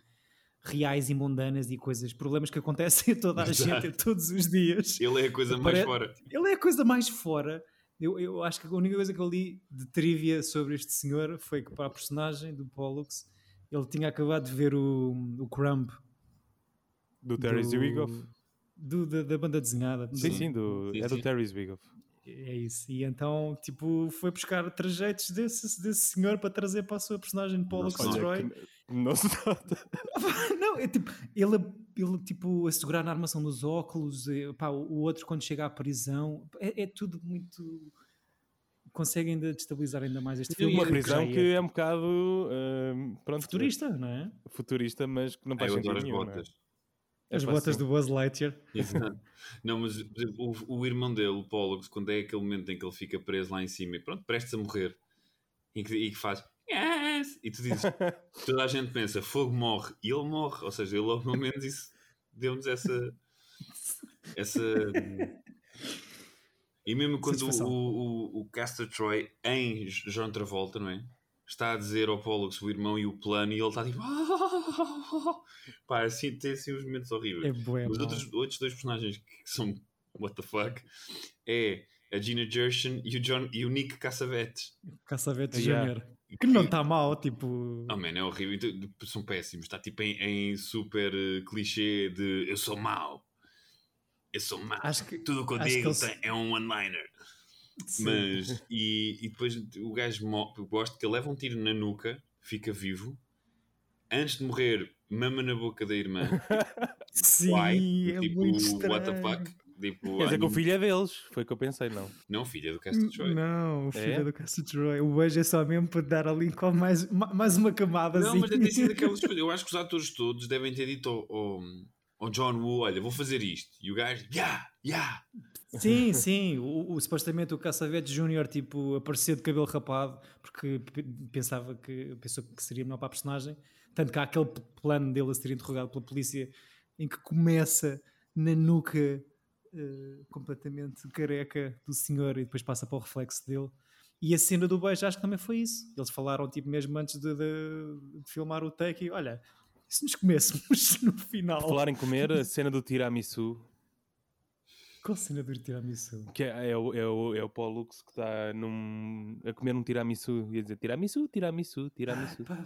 Speaker 2: reais e mundanas e coisas, problemas que acontecem a toda a
Speaker 3: Exato.
Speaker 2: gente todos os dias,
Speaker 3: Ele é a coisa mais
Speaker 2: Pare-
Speaker 3: fora.
Speaker 2: ele é a coisa mais fora. Eu, eu acho que a única coisa que eu li de trivia sobre este senhor foi que para a personagem do Pollux ele tinha acabado de ver o, o Crumb
Speaker 4: Do Terry
Speaker 2: do-
Speaker 4: Zwigoff?
Speaker 2: do- da, da banda desenhada.
Speaker 4: Sim,
Speaker 3: Sim.
Speaker 4: sim, do,
Speaker 3: Sim,
Speaker 4: é do
Speaker 3: sim.
Speaker 4: Terry Zwigoff.
Speaker 2: É isso. E então, tipo, foi buscar trajeitos desse, desse senhor para trazer para a sua personagem de Pollux
Speaker 3: sei. Olha,
Speaker 2: Troy.
Speaker 4: que não se nota.
Speaker 2: Não, é tipo, ele, ele tipo, a segurar na armação dos óculos, e, pá, o o outro quando chega à prisão, é, é tudo muito. Consegue ainda destabilizar ainda mais este
Speaker 3: Eu
Speaker 2: filme.
Speaker 4: Uma
Speaker 2: que já
Speaker 4: prisão
Speaker 2: é
Speaker 4: que é um bocado ahm, pronto,
Speaker 2: Futurista, não é?
Speaker 4: futurista, mas que não
Speaker 3: Ah,
Speaker 4: faz
Speaker 3: eu
Speaker 4: sentido
Speaker 3: adoro as
Speaker 4: nenhum. não é?
Speaker 3: botas.
Speaker 4: É
Speaker 2: As
Speaker 4: pá,
Speaker 2: botas
Speaker 4: sim.
Speaker 2: do Buzz Lightyear.
Speaker 3: Exato. Não, mas por exemplo, o, o irmão dele, o Pollux, quando é aquele momento em que ele fica preso lá em cima e pronto, prestes a morrer e que, e que faz yes! e tu dizes, toda a gente pensa, fogo morre e ele morre, ou seja, ele logo no menos isso deu-nos essa essa hum, e mesmo quando o,
Speaker 2: Satisfação.
Speaker 3: o, o Caster Troy em John Travolta, não é? Está a dizer ao Pollux o irmão e o plano e ele está tipo pá, assim, tem assim uns momentos horríveis.
Speaker 2: É bué,
Speaker 3: Os
Speaker 2: mau.
Speaker 3: outros, outros dois personagens que são what the fuck é a Gina Gershon e o, John, e o Nick Cassavetes.
Speaker 2: Caçavetes
Speaker 3: Ah,
Speaker 4: Yeah.
Speaker 2: Jr. Que não está mal, tipo.
Speaker 3: Oh, man, é horrível. Então, São péssimos. Está tipo em, em super eh, clichê de eu sou mau. Eu sou mau.
Speaker 2: Acho que.
Speaker 3: Tudo o que eu
Speaker 2: acho que
Speaker 3: digo
Speaker 2: eles-
Speaker 3: tem- é um one-liner.
Speaker 2: sim.
Speaker 3: Mas, e, e depois o gajo, mo- eu gosto que ele leva um tiro na nuca, fica vivo. Antes de morrer, mama na boca da irmã.
Speaker 2: Sim,
Speaker 3: Why?
Speaker 2: é
Speaker 3: tipo,
Speaker 2: muito
Speaker 3: what the
Speaker 2: estranho.
Speaker 3: fuck? Tipo,
Speaker 4: Quer dizer que o
Speaker 3: I'm-
Speaker 4: filho é deles, foi o que eu pensei, não.
Speaker 3: Não, filha do Castro Troy.
Speaker 2: Não, o filho
Speaker 4: É?
Speaker 2: do Castle Troy. O beijo é só mesmo para dar ali com mais, ma- mais uma camada. assim.
Speaker 3: Não, mas assim deve ter sido aquelas coisas. Eu acho que os atores todos devem ter dito ao, ao- ao John Woo: olha, vou fazer isto. E o gajo, yeah, yeah.
Speaker 2: Sim, sim. O, o- supostamente o Cassavetes Júnior tipo, apareceu de cabelo rapado porque p- pensava que, pensou que seria melhor para a personagem. Tanto que há aquele p- plano dele a ser interrogado pela polícia em que começa na nuca eh, completamente careca do senhor e depois passa para o reflexo dele. E a cena do beijo acho que também foi isso. Eles falaram tipo mesmo antes de, de- de filmar o take e olha, e se nos comêssemos no final...
Speaker 4: Por falar em comer, a cena do tiramisu,
Speaker 2: Qual cena do tiramisu?
Speaker 4: que é, é o, é, o, é o Pollux que está num- a comer um tiramisu e a dizer tiramisu, tiramisu, tiramisu.
Speaker 2: Pá,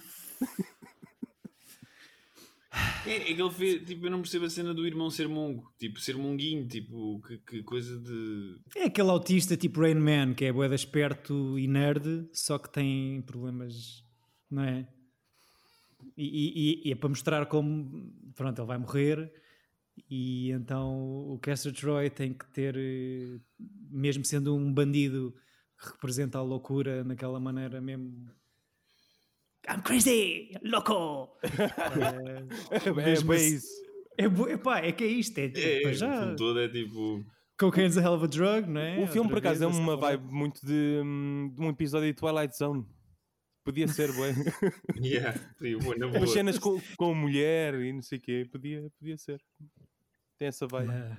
Speaker 3: É, é que ele fez, tipo, eu não percebo a cena do irmão ser mongo. Tipo, ser monguinho, tipo, que, que coisa de.
Speaker 2: É aquele autista tipo Rain Man, que é boeda esperto e nerd, só que tem problemas, não é? E, e- e- e é para mostrar como, pronto, ele vai morrer e então o Caster Troy tem que ter, eh, mesmo sendo um bandido que representa a loucura naquela maneira mesmo... I'm crazy, louco!
Speaker 4: É, é,
Speaker 2: mesmo
Speaker 4: bem
Speaker 2: assim-
Speaker 4: isso.
Speaker 2: é, bo- epá, é que é isto, é,
Speaker 3: É,
Speaker 2: para
Speaker 3: o
Speaker 2: já...
Speaker 3: filme todo é tipo.
Speaker 2: Cocaine's a hell of a drug, não é?
Speaker 4: O filme, por
Speaker 2: Outra
Speaker 4: acaso, é
Speaker 2: vez, essa
Speaker 4: uma
Speaker 2: palavra.
Speaker 4: vibe muito de, hum, de um episódio de Twilight Zone. Podia ser, bem.
Speaker 3: Yeah, sim, boa, na boa.
Speaker 4: As cenas com, com mulher e não sei o quê, podia, podia ser. Tem essa vibe.
Speaker 2: Ah.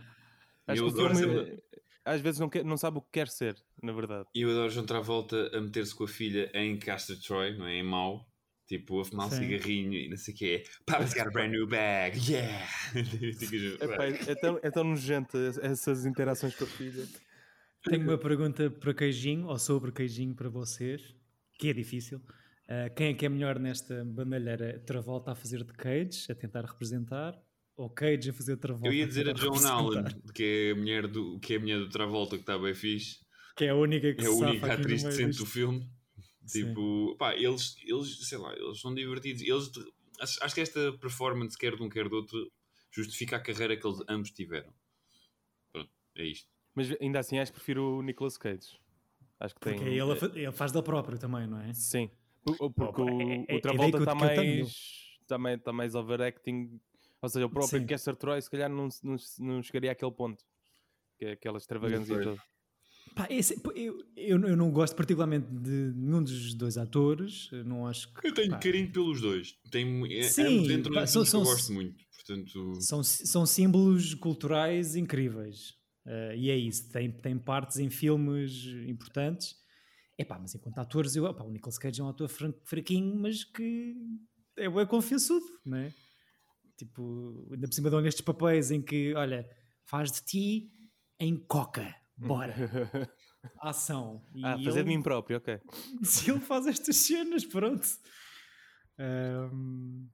Speaker 4: Acho
Speaker 3: Eu
Speaker 4: que o
Speaker 3: adoro
Speaker 4: filme, eh, às vezes não, quer- não sabe o que quer ser, na verdade.
Speaker 3: E eu adoro João Travolta a meter-se com a filha em Castor Troy, não é? Em mau. Tipo, a fumar um
Speaker 2: Sim.
Speaker 3: cigarrinho e não sei o quê. Papa's got a brand new bag, yeah!
Speaker 4: Epá, é, tão, é tão nojento es- essas interações com a filha.
Speaker 2: Tenho uma pergunta para Queijinho, ou sobre Queijinho para vocês, que é difícil. Ah, quem é que é melhor nesta bandalheira? Travolta a fazer de Cage, a tentar representar, ou Cage a fazer de Travolta?
Speaker 3: eu ia dizer a
Speaker 2: tentar
Speaker 3: Joan
Speaker 2: representar?
Speaker 3: Allen, que é a mulher do, que é a mulher do Travolta, que está bem fixe.
Speaker 2: Que é a única que
Speaker 3: É a
Speaker 2: se safa
Speaker 3: única
Speaker 2: aqui no
Speaker 3: atriz
Speaker 2: meio
Speaker 3: decente
Speaker 2: disto.
Speaker 3: do filme.
Speaker 2: Sim.
Speaker 3: Tipo, pá, eles, eles, sei lá, eles são divertidos. Eles, acho, acho que esta performance, quer de um, quer do outro, justifica a carreira que eles ambos tiveram. Pronto, é isto.
Speaker 4: Mas ainda assim, acho que prefiro o Nicolas Cage. Acho que tem. eh,
Speaker 2: Porque ele, fa- ele faz da própria também, não é?
Speaker 4: Sim. O- o- Porque
Speaker 2: Opa, é- é-
Speaker 4: o,
Speaker 2: é
Speaker 4: o
Speaker 2: daí
Speaker 4: Travolta
Speaker 2: que eu-
Speaker 4: está
Speaker 2: que eu tenho.
Speaker 4: mais, tá mais, tá mais overacting. Ou seja, o próprio
Speaker 2: Sim.
Speaker 4: Caster Troy, se calhar, não, se- não, se- não chegaria àquele ponto. Que é aquela extravagância
Speaker 3: sei.
Speaker 4: toda.
Speaker 2: Pá, é se- pô, eu, eu, eu não gosto particularmente de nenhum dos dois atores. eu Não acho que.
Speaker 3: Eu tenho
Speaker 2: pá,
Speaker 3: carinho pelos dois. Tenho, é-
Speaker 2: Sim,
Speaker 3: ambos entram
Speaker 2: pá,
Speaker 3: em filmes
Speaker 2: são-
Speaker 3: que eu
Speaker 2: são-
Speaker 3: gosto muito. Portanto,
Speaker 2: São, sí- são símbolos culturais incríveis. eh, e é isso. Tem, tem partes em filmes importantes. Epá, mas enquanto atores, eu, epá, o Nicolas Cage é um ator fran- fraquinho, mas que é bem confiançudo, não é? Tipo, ainda por cima dão nestes papéis em que, olha, faz de ti em coca. Bora, ação. E
Speaker 4: ah, fazer de
Speaker 2: ele-
Speaker 4: mim próprio, ok.
Speaker 2: se ele faz estas cenas, pronto. Ahm,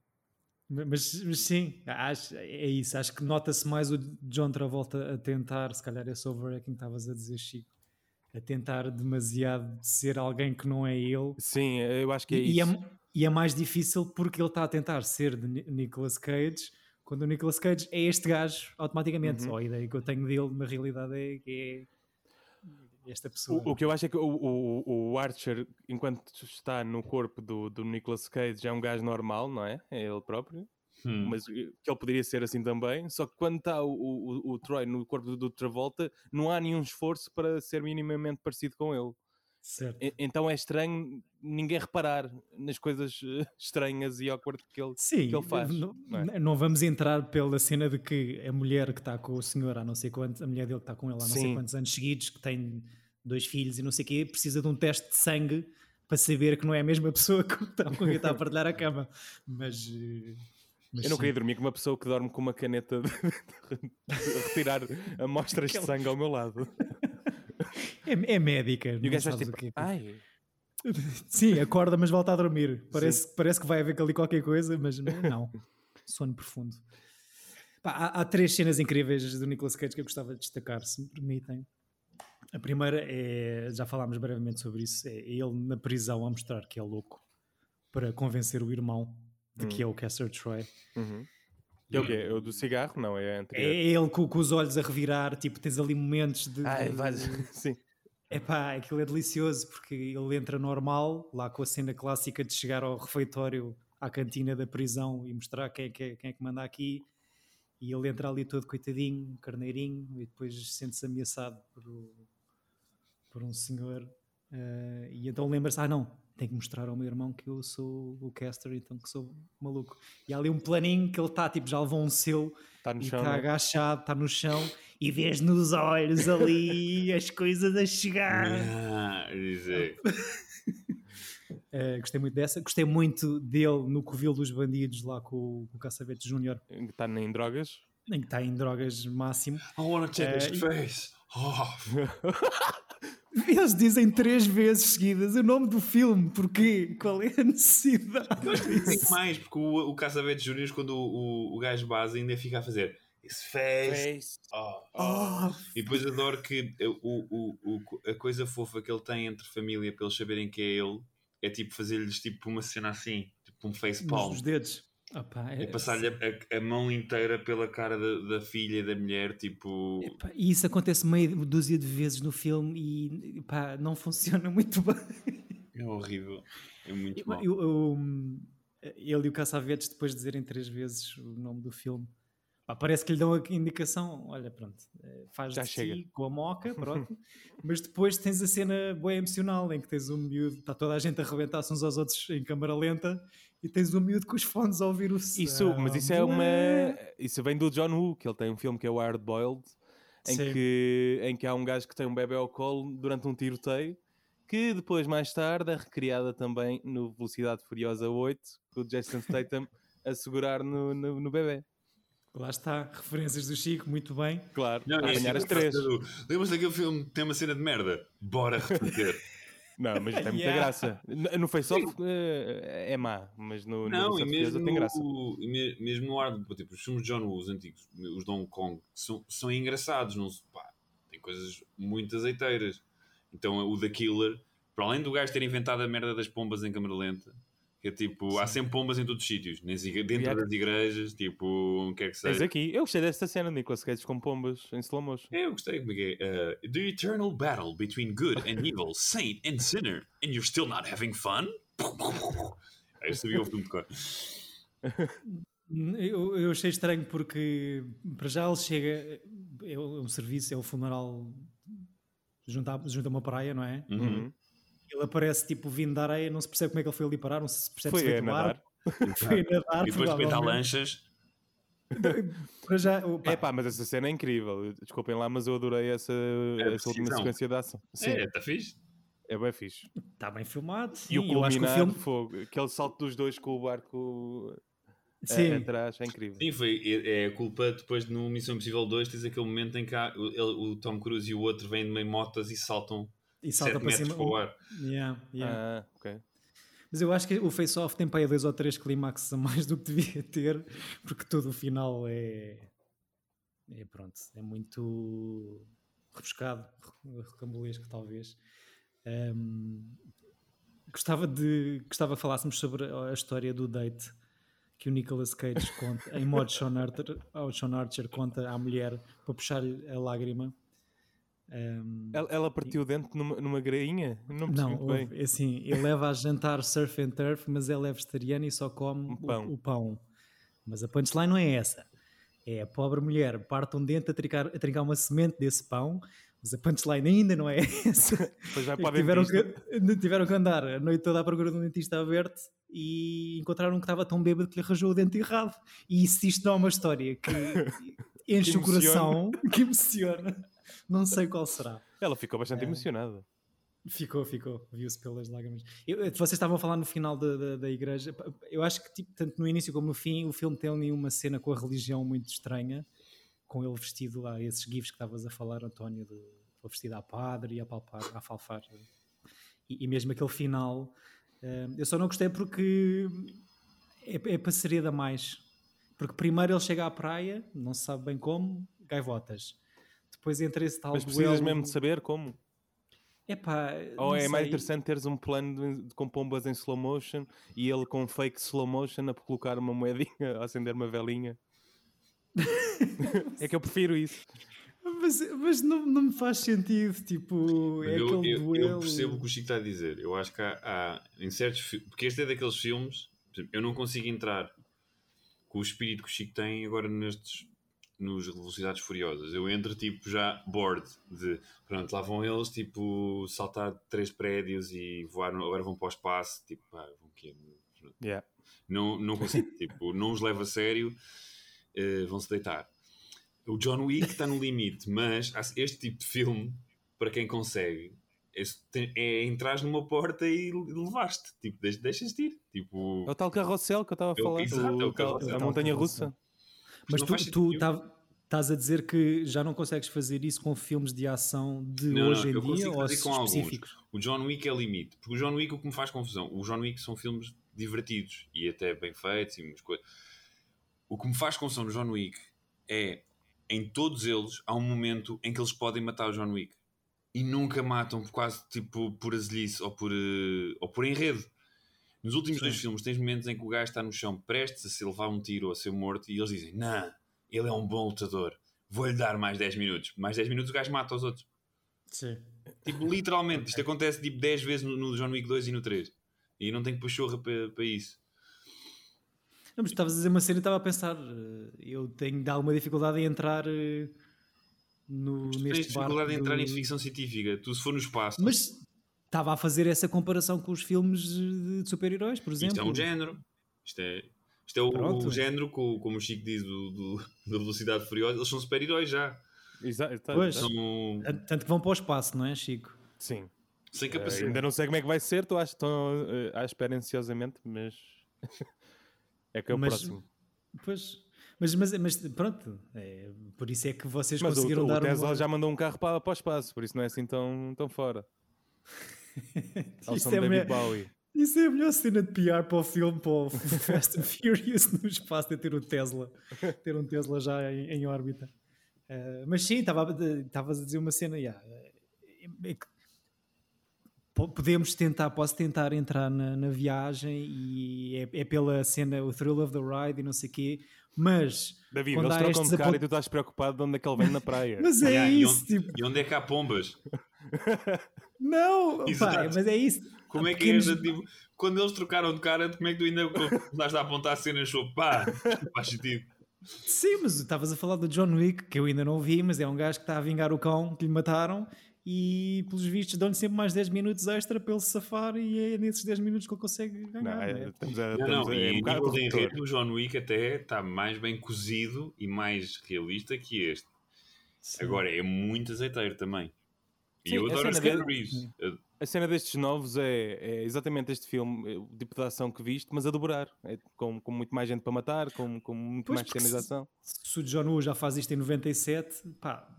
Speaker 2: ma- mas, mas sim, acho, é isso. Acho que nota-se mais o John Travolta a tentar, se calhar esse overacting que estavas a dizer, Chico, a tentar demasiado ser alguém que não é ele.
Speaker 4: Sim, eu acho que é
Speaker 2: E, e é,
Speaker 4: isso.
Speaker 2: e é mais difícil porque ele está a tentar ser de Ni- Nicolas Cage, quando o Nicolas Cage é este gajo automaticamente.
Speaker 4: Uhum.
Speaker 2: Ou a ideia que eu tenho dele na realidade é que é esta pessoa.
Speaker 4: O, o que eu acho é que o, o, o Archer, enquanto está no corpo do, do Nicolas Cage, é um gajo normal, não é? É ele próprio.
Speaker 3: hum,
Speaker 4: Mas eh, que ele poderia ser assim também. Só que quando está o, o, o- o Troy no corpo do, do Travolta, não há nenhum esforço para ser minimamente parecido com ele.
Speaker 2: certo.
Speaker 4: E- então é estranho ninguém reparar nas coisas eh, estranhas e awkward que ele.
Speaker 2: Sim,
Speaker 4: que ele faz,
Speaker 2: Não,
Speaker 4: não é?
Speaker 2: n- não vamos entrar pela cena de que a mulher que está com o senhor há não sei quantos, a mulher dele que está com ele há não
Speaker 4: Sim.
Speaker 2: sei quantos anos seguidos, que tem dois filhos e não sei o quê, precisa de um teste de sangue para saber que não é a mesma pessoa que está, com quem está a partilhar a cama. Mas. eh, mas
Speaker 4: Eu não
Speaker 2: sim.
Speaker 4: queria dormir com uma pessoa que dorme com uma caneta de, de- de retirar amostras de
Speaker 2: Aquela-
Speaker 4: sangue ao meu lado.
Speaker 2: É, é médica.
Speaker 4: E
Speaker 2: não
Speaker 4: o gajo faz
Speaker 2: sabes o é
Speaker 4: tipo.
Speaker 2: quê.
Speaker 4: Ai,
Speaker 2: Sim, acorda, mas volta a dormir. Parece, parece que vai haver ali qualquer coisa, mas não. Sono profundo. Pá, há, há três cenas incríveis do Nicolas Cage que eu gostava de destacar, se me permitem. A primeira é, já falámos brevemente sobre isso, é ele na prisão a mostrar que é louco para convencer o irmão de
Speaker 4: Hum.
Speaker 2: que é o Caster Troy.
Speaker 4: Uhum. É o quê? É o do cigarro? Não, é a
Speaker 2: É
Speaker 4: anterior.
Speaker 2: ele com, com os olhos a revirar, tipo, tens ali momentos de.
Speaker 4: Ai,
Speaker 2: de-
Speaker 4: vai- Sim.
Speaker 2: Epá, aquilo é delicioso porque ele entra normal, lá com a cena clássica de chegar ao refeitório, à cantina da prisão e mostrar quem é que, é- quem é que manda aqui. E ele entra ali todo coitadinho, carneirinho, e depois sente-se ameaçado por, o- por um senhor. eh, e então lembra-se: ah, não, tenho que mostrar ao meu irmão que eu sou o Caster, então que sou maluco. E há ali um planinho que ele está, tipo, já levou um selo
Speaker 4: Está no
Speaker 2: e
Speaker 4: chão.
Speaker 2: está
Speaker 4: né?
Speaker 2: agachado, está no chão e vês nos olhos ali as coisas a chegar.
Speaker 3: ah, dizer.
Speaker 2: Eh, gostei muito dessa. Gostei muito dele no Covil dos Bandidos, lá com, o- com o Caçavetes Júnior,
Speaker 4: Está nem tá drogas.
Speaker 2: em que está em drogas máximo.
Speaker 3: I wanna check
Speaker 2: Eh,
Speaker 3: his
Speaker 2: e-
Speaker 3: face. Oh,
Speaker 2: Eles dizem três vezes seguidas o nome do filme, porquê? Qual é a necessidade?
Speaker 3: tem que mais, porque o, o Caçavetes Júnior, quando o, o, o gajo base ainda fica a fazer his face. Oh,
Speaker 2: Oh,
Speaker 3: E depois adoro que eh, o, o, o- a coisa fofa que ele tem entre família para eles saberem que é ele é tipo fazer-lhes tipo uma cena assim, tipo um face palm.
Speaker 2: nos dedos. Opa, é-
Speaker 3: E passar-lhe a, a- a mão inteira pela cara da, da filha e da mulher, tipo.
Speaker 2: Epá, E isso acontece meia dúzia de vezes no filme e pá, não funciona muito bem.
Speaker 3: É horrível. É muito mal.
Speaker 2: eh, Eu- eu- eu, hum, ele e o Caçavetes, depois de dizerem três vezes o nome do filme, Pá, parece que lhe dão a indicação, olha, pronto, eh, faz
Speaker 4: Já
Speaker 2: de
Speaker 4: chega.
Speaker 2: ti com a moca, pronto. mas depois tens a cena boa emocional, em que tens um miúdo, está toda a gente a arrebentar-se uns aos outros em câmara lenta, e tens um miúdo com os fones a ouvir o
Speaker 4: Isso, mas isso é
Speaker 2: Sound
Speaker 4: uma.
Speaker 2: Black.
Speaker 4: Isso vem do John Woo, que ele tem um filme que é o Hard Boiled, em
Speaker 2: Sim.
Speaker 4: que, em que há um gajo que tem um bebê ao colo durante um tiroteio, que depois, mais tarde, é recriada também no Velocidade Furiosa 8, com o Jason Statham a segurar no, no, no bebê.
Speaker 2: Lá está, referências do Chico, muito bem.
Speaker 4: Claro,
Speaker 3: Não,
Speaker 4: a
Speaker 3: é
Speaker 4: ganhar
Speaker 3: assim,
Speaker 4: as três.
Speaker 3: Lembras daquele filme que tem uma cena de merda? Bora repetir.
Speaker 4: Não, mas tem muita
Speaker 2: Yeah.
Speaker 4: graça. No no Face-Off eh, é má, mas no, no
Speaker 3: não, e
Speaker 4: Velocidade
Speaker 3: mesmo,
Speaker 4: Furiosa tem graça.
Speaker 3: o- e me- mesmo no ar, tipo, os filmes de John Woo, os antigos, os Don Kong, são, são engraçados, não se- pá, tem coisas muito azeiteiras. Então o The Killer, para além do gajo ter inventado a merda das pombas em câmera lenta, que é tipo, há sempre pombas em todos os sítios, nas igre- dentro
Speaker 4: Yeah.
Speaker 3: das igrejas, tipo, onde é quer que
Speaker 4: Eis
Speaker 3: seja.
Speaker 4: aqui. Eu gostei desta cena, Nicolas Cage com pombas em slow motion.
Speaker 3: É, Eu gostei como é que é. uh, the eternal battle between good and evil, saint and sinner, and you're still not having fun? Aí eu sabia o filme de cor.
Speaker 2: Eu, eu achei estranho porque para já ele chega, é um serviço, é o funeral junto a, junto a uma praia, não é?
Speaker 3: Uhum.
Speaker 2: Ele aparece tipo vindo da areia, não se percebe como é que ele foi ali parar, não se percebe se
Speaker 4: Foi
Speaker 2: foi
Speaker 4: a
Speaker 2: do mar,
Speaker 4: nadar.
Speaker 2: foi a nadar,
Speaker 3: E depois de peitar
Speaker 2: provavelmente.
Speaker 3: lanchas.
Speaker 2: Para já, opa,
Speaker 4: É pá, mas essa cena é incrível. Desculpem lá, mas eu adorei essa, essa última
Speaker 3: É precisão.
Speaker 4: sequência de ação. Sim,
Speaker 3: É,
Speaker 4: é,
Speaker 3: está fixe.
Speaker 4: bem fixe.
Speaker 2: está tá bem filmado. Sim,
Speaker 4: e o
Speaker 2: eu acho que o
Speaker 4: culminar
Speaker 2: filme.
Speaker 4: fogo. Aquele salto dos dois com o barco eh,
Speaker 2: Sim,
Speaker 4: atrás é incrível.
Speaker 3: Sim, foi, é, é a culpa depois de no Missão Impossível 2 tens aquele momento em que há- o, ele- o Tom Cruise e o outro vêm de meio motas e saltam
Speaker 2: e salta
Speaker 3: 7
Speaker 2: para
Speaker 3: metros
Speaker 2: cima. um,
Speaker 3: para o ar.
Speaker 2: Yeah, yeah.
Speaker 4: Ah, ok.
Speaker 2: Mas eu acho que o Face Off tem para aí dois ou três clímaxes a mais do que devia ter, porque todo o final é. É pronto, é muito rebuscado, re- recambulesco talvez. Ahm, gostava de gostava que falássemos sobre a a história do date que o Nicolas Cage conta, em modo Sean Archer, ao Sean Archer conta à mulher para puxar-lhe a lágrima. Ahm,
Speaker 4: Ela, ela partiu o dente numa, numa grainha? Não percebi
Speaker 2: não,
Speaker 4: muito bem.
Speaker 2: ouve, é assim, ele leva a jantar surf and turf, mas ele é vegetariano e só come
Speaker 4: Um
Speaker 2: o-
Speaker 4: pão.
Speaker 2: O, pão. Mas a punchline não é essa. É a pobre mulher parte um dente a trincar, a trincar uma semente desse pão, mas a punchline ainda não é essa.
Speaker 4: Depois vai
Speaker 2: É
Speaker 4: para
Speaker 2: que
Speaker 4: o
Speaker 2: tiveram,
Speaker 4: dentista.
Speaker 2: que, tiveram que andar a noite toda à procura de um dentista aberto e encontraram um que estava tão bêbado que lhe rajou o dente errado. E isso isto não é uma história que enche
Speaker 4: Que
Speaker 2: o coração, que emociona. Não sei qual será.
Speaker 4: Ela ficou
Speaker 2: É.
Speaker 4: bastante emocionada.
Speaker 2: Ficou, ficou. Viu-se pelas lágrimas. Eu- eu- vocês estavam a falar no final da, da, da igreja. P- Eu acho que, tipo, tanto no início como no fim, o filme tem ali uma cena com a religião muito estranha, com ele vestido lá, esses gifs que estavas a falar, António, de, ele vestido a padre e a palpar, a falfar. E, e mesmo aquele final. eh, eu só não gostei porque é, é passaria mais. Porque primeiro ele chega à praia, não se sabe bem como, gaivotas. Depois entra esse tal
Speaker 4: Mas precisas
Speaker 2: duelo-
Speaker 4: mesmo de saber como?
Speaker 2: Epá,
Speaker 4: Ou
Speaker 2: não
Speaker 4: é mais
Speaker 2: sei.
Speaker 4: interessante teres um plano de- com pombas em slow motion e ele com um fake slow motion a colocar uma moedinha, a acender uma velinha? é que eu prefiro isso.
Speaker 2: Mas, mas não, não me faz sentido, tipo, é
Speaker 3: Eu,
Speaker 2: aquele
Speaker 3: eu- eu
Speaker 2: duelo.
Speaker 3: percebo o que o Chico está a dizer. Eu acho que há, há em certos filmes, porque este é daqueles filmes, por exemplo, eu não consigo entrar com o espírito que o Chico tem agora nestes nos Velocidades Furiosas. Eu entro tipo já bored de pronto, lá vão eles tipo saltar de três prédios e voar, no- agora vão para o espaço, tipo, pá, vão quê?
Speaker 4: Yeah.
Speaker 3: Não, não consigo, tipo, não os leva a sério, eh, vão-se deitar. O John Wick está no limite, mas há- este tipo de filme, para quem consegue, é, se tem- é entrar numa porta e levaste, tipo, deix- deixas-te ir. Tipo,
Speaker 4: É o tal carrossel que eu estava a falar,
Speaker 3: exato, é o
Speaker 4: o tal-
Speaker 3: carrossel.
Speaker 4: a montanha
Speaker 2: Carrossel.
Speaker 4: russa.
Speaker 2: Mas
Speaker 3: não
Speaker 2: tu,
Speaker 3: faz
Speaker 2: tu
Speaker 3: sentido.
Speaker 2: tá- estás a dizer que já não consegues fazer isso com filmes de ação de
Speaker 3: Não, não,
Speaker 2: hoje
Speaker 3: eu
Speaker 2: em dia
Speaker 3: consigo
Speaker 2: ou
Speaker 3: fazer com alguns.
Speaker 2: específicos?
Speaker 3: o John Wick é limite, porque o John Wick o que me faz confusão, o John Wick são filmes divertidos e até bem feitos e umas coisas. O que me faz confusão no John Wick é em todos eles há um momento em que eles podem matar o John Wick e nunca matam por quase tipo por azelice ou por eh, ou por enredo. Nos últimos
Speaker 2: Sim.
Speaker 3: dois filmes tens momentos em que o gajo está no chão prestes a se levar um tiro ou a ser morto e eles dizem: "Não, ele é um bom lutador. Vou-lhe dar mais 10 minutos". Mais 10 minutos o gajo mata os outros.
Speaker 2: Sim.
Speaker 3: Tipo, literalmente, isto acontece tipo 10 vezes no, no John Wick 2 e no 3. E não tenho pachorra para, para isso.
Speaker 2: Não, mas estavas a dizer uma cena e estava a pensar. eh, Eu tenho de alguma dificuldade em entrar eh, no,
Speaker 3: Tu tens
Speaker 2: neste barco
Speaker 3: dificuldade em entrar
Speaker 2: do-
Speaker 3: em ficção científica. Tu, se for no espaço,
Speaker 2: Mas estava a fazer essa comparação com os filmes de de super-heróis, por exemplo.
Speaker 3: isto é um género. Isto é, isto é o,
Speaker 2: Pronto.
Speaker 3: o género, co- como o Chico diz, do, do- da Velocidade Furiosa. Eles são super-heróis já.
Speaker 4: Exato, exato,
Speaker 2: Pois.
Speaker 4: exato.
Speaker 3: São
Speaker 2: Tanto- Tanto que vão para o espaço, não é, Chico?
Speaker 4: Sim.
Speaker 3: sem
Speaker 4: Eh,
Speaker 3: capacidade.
Speaker 4: ainda não sei como é que vai ser, estou à, estou, eh, à espera ansiosamente, mas é que é o
Speaker 2: Mas-
Speaker 4: próximo.
Speaker 2: Pois. Mas, mas, mas pronto, é, por isso é que vocês
Speaker 4: Mas o,
Speaker 2: conseguiram
Speaker 4: o
Speaker 2: dar
Speaker 4: Tesla
Speaker 2: uma...
Speaker 4: já mandou um carro para, para o espaço, por isso não é assim tão, tão fora. Ao som
Speaker 2: isso,
Speaker 4: de
Speaker 2: é a melhor,
Speaker 4: David Bowie.
Speaker 2: isso é a melhor cena de PR para o filme, para o Fast and Furious no espaço, de ter um Tesla, ter um Tesla já em, em órbita. Eh, mas sim, estava a- estavas a dizer uma cena, yeah, eh, é que po- podemos tentar, posso tentar entrar na, na viagem e é, é pela cena, o thrill of the ride e não sei o quê, mas...
Speaker 4: David,
Speaker 2: quando
Speaker 4: eles
Speaker 2: há
Speaker 4: trocam
Speaker 2: estes
Speaker 4: de cara
Speaker 2: apont-
Speaker 4: e tu estás preocupado de onde é que ele vem na praia.
Speaker 2: Mas é
Speaker 3: Yeah, e,
Speaker 2: isso,
Speaker 3: onde,
Speaker 2: tipo,
Speaker 3: e onde é que há pombas?
Speaker 2: não, pá,
Speaker 3: Exato.
Speaker 2: mas é isso.
Speaker 3: Como é que
Speaker 2: Pequenos-
Speaker 3: é, tipo, quando eles trocaram de cara, como é que tu ainda estás a apontar cenas sobre pá? Isto não faz sentido.
Speaker 2: Sim, mas estavas a falar do John Wick, que eu ainda não vi, mas é um gajo que está a vingar o cão que lhe mataram e, pelos vistos, dão-lhe sempre mais 10 minutos extra para ele se safar e é nesses 10 minutos que ele consegue ganhar.
Speaker 4: Não,
Speaker 2: Não,
Speaker 4: é,
Speaker 2: é?
Speaker 4: estamos a,
Speaker 3: Não,
Speaker 4: estamos
Speaker 3: não,
Speaker 4: a- é
Speaker 3: e
Speaker 4: um
Speaker 3: em
Speaker 4: bocado
Speaker 3: nível de
Speaker 4: corretor.
Speaker 3: enredo, o John Wick até está mais bem cozido e mais realista que este.
Speaker 2: Sim.
Speaker 3: Agora, é muito azeiteiro também. E
Speaker 4: Sim,
Speaker 3: eu
Speaker 4: a
Speaker 3: adoro as
Speaker 4: cena dele-
Speaker 3: Reeves.
Speaker 4: A cena destes novos é, é exatamente este filme, é o tipo de ação que viste, mas a dobrar. É com, com muito mais gente para matar, com, com muito
Speaker 2: Pois,
Speaker 4: mais
Speaker 2: porque se-
Speaker 4: cenização.
Speaker 2: Se o John Woo já faz isto em 97, pá,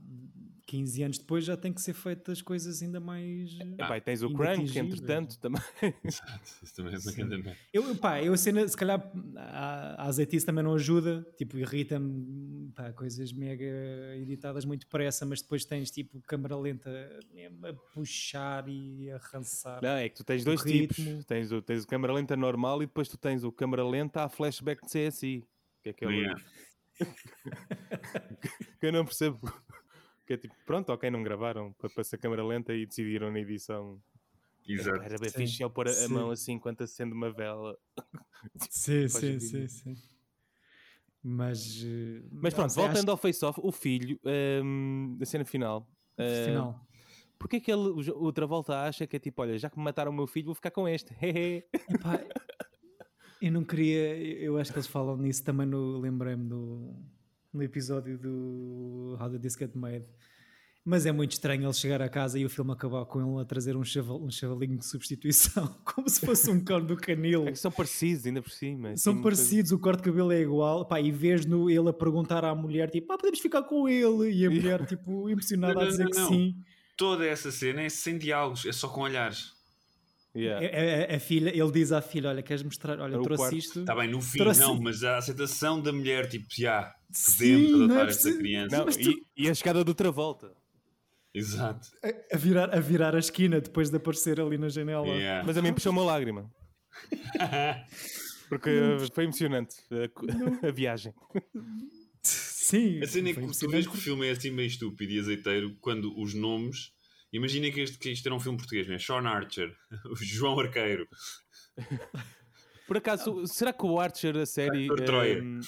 Speaker 2: 15 anos depois já tem que ser feitas coisas ainda mais...
Speaker 3: Ah,
Speaker 4: Epá, e tens o
Speaker 2: ainda né?
Speaker 4: Crank,
Speaker 2: atingível.
Speaker 4: entretanto, também.
Speaker 3: Exato, isso também é uma grande merda.
Speaker 2: Eu, eu, pá, eu a cena, se calhar a, a azeitice também não ajuda, tipo, irrita-me, pá, coisas mega editadas muito depressa, mas depois tens, tipo, câmara lenta mesmo a puxar e a rançar.
Speaker 4: Não, é que tu tens dois
Speaker 2: ritmo.
Speaker 4: tipos. Tens o, tens o câmara lenta normal e depois tu tens o câmara lenta a flashback de CSI. Que é aquele
Speaker 3: Yeah.
Speaker 4: que eu não percebo. Que é tipo, pronto, ok, não gravaram para, para essa câmara lenta e decidiram na edição. é
Speaker 3: Exato.
Speaker 4: Era bem
Speaker 2: Sim,
Speaker 4: fixe ele pôr a, a
Speaker 2: sim.
Speaker 4: mão assim enquanto acende uma vela.
Speaker 2: Sim,
Speaker 4: Faz
Speaker 2: sim, sim,
Speaker 4: sentido.
Speaker 2: sim. Mas, eh,
Speaker 4: Mas
Speaker 2: não
Speaker 4: pronto,
Speaker 2: sei,
Speaker 4: voltando
Speaker 2: acho
Speaker 4: ao face-off, o filho, hum, da cena final.
Speaker 2: que
Speaker 4: hum,
Speaker 2: Final.
Speaker 4: Porquê que ele, o Jo- o Travolta acha que é tipo, olha, já que me mataram o meu filho, vou ficar com este. Hehe.
Speaker 2: Epá, eu não queria. Eu acho que eles falam nisso também no. Lembrei-me do, no episódio do How the Disc Get Made. Mas é muito estranho ele chegar a casa e o filme acabar com ele a trazer um, chaval, um chavalinho de substituição, como se fosse um cão do canil.
Speaker 4: É que são parecidos ainda por cima.
Speaker 2: São
Speaker 4: assim, uma coisa-
Speaker 2: parecidos, o corte de cabelo é igual. Pá, e vês no, ele a perguntar à mulher, tipo, ah, podemos ficar com ele? E a mulher, tipo, impressionada
Speaker 3: Não,
Speaker 2: a
Speaker 3: não,
Speaker 2: dizer
Speaker 3: não,
Speaker 2: que
Speaker 3: não.
Speaker 2: sim.
Speaker 3: Toda essa cena é sem diálogos, é só com olhares.
Speaker 4: Yeah.
Speaker 2: É, A, a- a filha, ele diz à filha: Olha, queres mostrar? Olha,
Speaker 4: É o
Speaker 2: trouxe
Speaker 4: quarto.
Speaker 2: isto.
Speaker 3: Está Tá bem, no fim,
Speaker 2: Trouxe-
Speaker 3: não, mas a aceitação da mulher, tipo, já, podemos
Speaker 2: Sim, não é
Speaker 3: adotar esta
Speaker 2: preciso-
Speaker 3: criança.
Speaker 4: Não,
Speaker 2: Mas tu-
Speaker 4: e, e a chegada do Travolta.
Speaker 3: Exato.
Speaker 2: A, a virar, a virar a esquina depois de aparecer ali na janela.
Speaker 3: Yeah.
Speaker 4: Mas a mim puxou uma lágrima. Porque uh, foi emocionante a co- a, viagem.
Speaker 2: Sim.
Speaker 3: A cena é
Speaker 2: foi
Speaker 3: que tu
Speaker 2: impressionante.
Speaker 3: vês que o filme é assim meio estúpido e azeiteiro quando os nomes. Imagina que, este, que isto era um filme português, não é? Sean Archer, o João Arqueiro.
Speaker 4: Por acaso, será que o Archer, a série.
Speaker 3: Arthur Troyer.
Speaker 4: hum,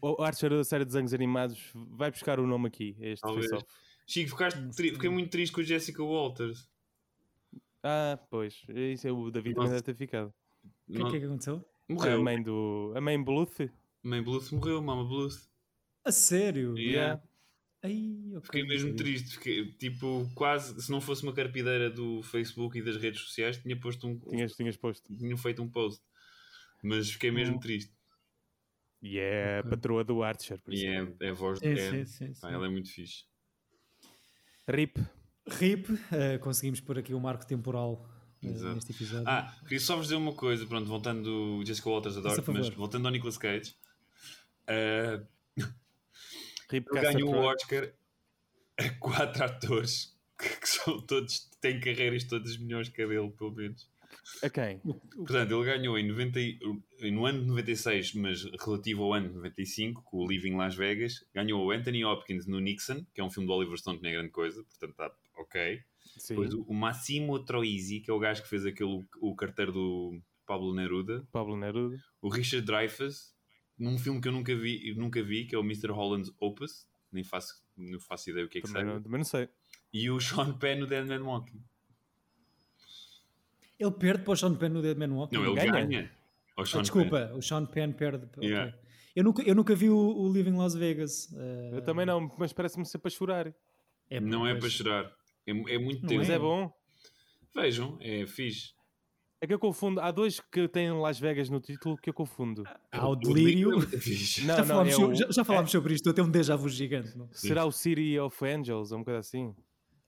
Speaker 4: o, o Archer, a série de desenhos animados, vai buscar o nome aqui. a Este
Speaker 3: Talvez.
Speaker 4: face-off.
Speaker 3: Chico, ficaste
Speaker 2: Não sei
Speaker 3: tri- fiquei muito triste com a Jessica Walters.
Speaker 4: Ah, pois. Isso é o David
Speaker 3: Nossa.
Speaker 4: também deve ter ficado.
Speaker 2: O que é
Speaker 3: Não-
Speaker 2: que é que aconteceu?
Speaker 4: A
Speaker 3: Morreu.
Speaker 4: mãe do. A mãe Bluth.
Speaker 3: Mãe Bluth morreu, Mama Bluth.
Speaker 2: A sério?
Speaker 3: Yeah.
Speaker 2: Ai, ok,
Speaker 3: Fiquei
Speaker 2: não
Speaker 3: mesmo
Speaker 2: sabia.
Speaker 3: triste, fiquei, tipo, quase, se não fosse uma carpideira do Facebook e das redes sociais, tinha posto um,
Speaker 4: Tinhas, tinhas posto.
Speaker 3: tinha feito um post. Mas fiquei mesmo
Speaker 2: Hum,
Speaker 3: triste.
Speaker 4: E é a
Speaker 2: Ok.
Speaker 4: patroa do Archer, por
Speaker 3: E é,
Speaker 4: exemplo.
Speaker 3: é a voz
Speaker 2: Sim,
Speaker 3: é-
Speaker 2: sim, sim, sim.
Speaker 3: pá, ela é muito fixe.
Speaker 4: RIP.
Speaker 2: Rip, eh, conseguimos pôr aqui o marco temporal eh,
Speaker 3: Exato.
Speaker 2: neste episódio.
Speaker 3: Ah, queria só vos dizer uma coisa, pronto, voltando o Jessica Walters adoro,
Speaker 2: Faça favor.
Speaker 3: mas voltando ao Nicolas Cage, ah,
Speaker 4: RIP
Speaker 3: ele ganhou o
Speaker 4: Caça-Troy.
Speaker 3: Oscar a quatro atores que, que são todos, têm carreiras todas melhores que a dele, pelo menos.
Speaker 4: A quem?
Speaker 3: Portanto, ele ganhou em 90, e- no ano de 96, mas relativo ao ano de 95, com o Living Las Vegas, ganhou o Anthony Hopkins no Nixon, que é um filme do Oliver Stone que não é grande coisa, portanto está ok.
Speaker 4: Sim.
Speaker 3: Depois o Massimo Troisi, que é o gajo que fez aquele, o carteiro do Pablo Neruda,
Speaker 4: Pablo Neruda.
Speaker 3: o Richard Dreyfuss, num filme que eu nunca vi, nunca vi que é o Mr. Holland's Opus, nem faço, não faço ideia o que é que
Speaker 4: Também não,
Speaker 3: seja,
Speaker 4: também não sei.
Speaker 3: e o Sean Penn no Dead Man Walking.
Speaker 2: Ele perde para o Sean Penn no Dead Man Walking.
Speaker 3: Não, ele
Speaker 4: Ganha?
Speaker 3: ganha. Ao
Speaker 2: Ah,
Speaker 3: Sean
Speaker 2: desculpa, o Sean Penn perde. ok.
Speaker 3: Yeah.
Speaker 2: Eu, nunca, eu nunca vi o, o Living Las Vegas. eh,
Speaker 4: Eu também não, mas parece-me ser para chorar.
Speaker 2: é
Speaker 3: Penn. Não é
Speaker 2: pois.
Speaker 3: para chorar. É, é muito
Speaker 2: Não
Speaker 3: tempo.
Speaker 4: Mas
Speaker 2: É.
Speaker 4: é bom.
Speaker 3: Vejam, é fixe.
Speaker 4: É que eu confundo. Há dois que têm Las Vegas no título que eu confundo.
Speaker 2: Há o
Speaker 3: é
Speaker 2: delírio.
Speaker 3: muito fixe.
Speaker 4: Não,
Speaker 2: já,
Speaker 4: não,
Speaker 2: falámos
Speaker 4: é
Speaker 2: sobre,
Speaker 4: o-
Speaker 2: já, já falámos sobre isto, eu tenho um déjà vu gigante. não?
Speaker 4: Será o City of Angels ou uma coisa assim?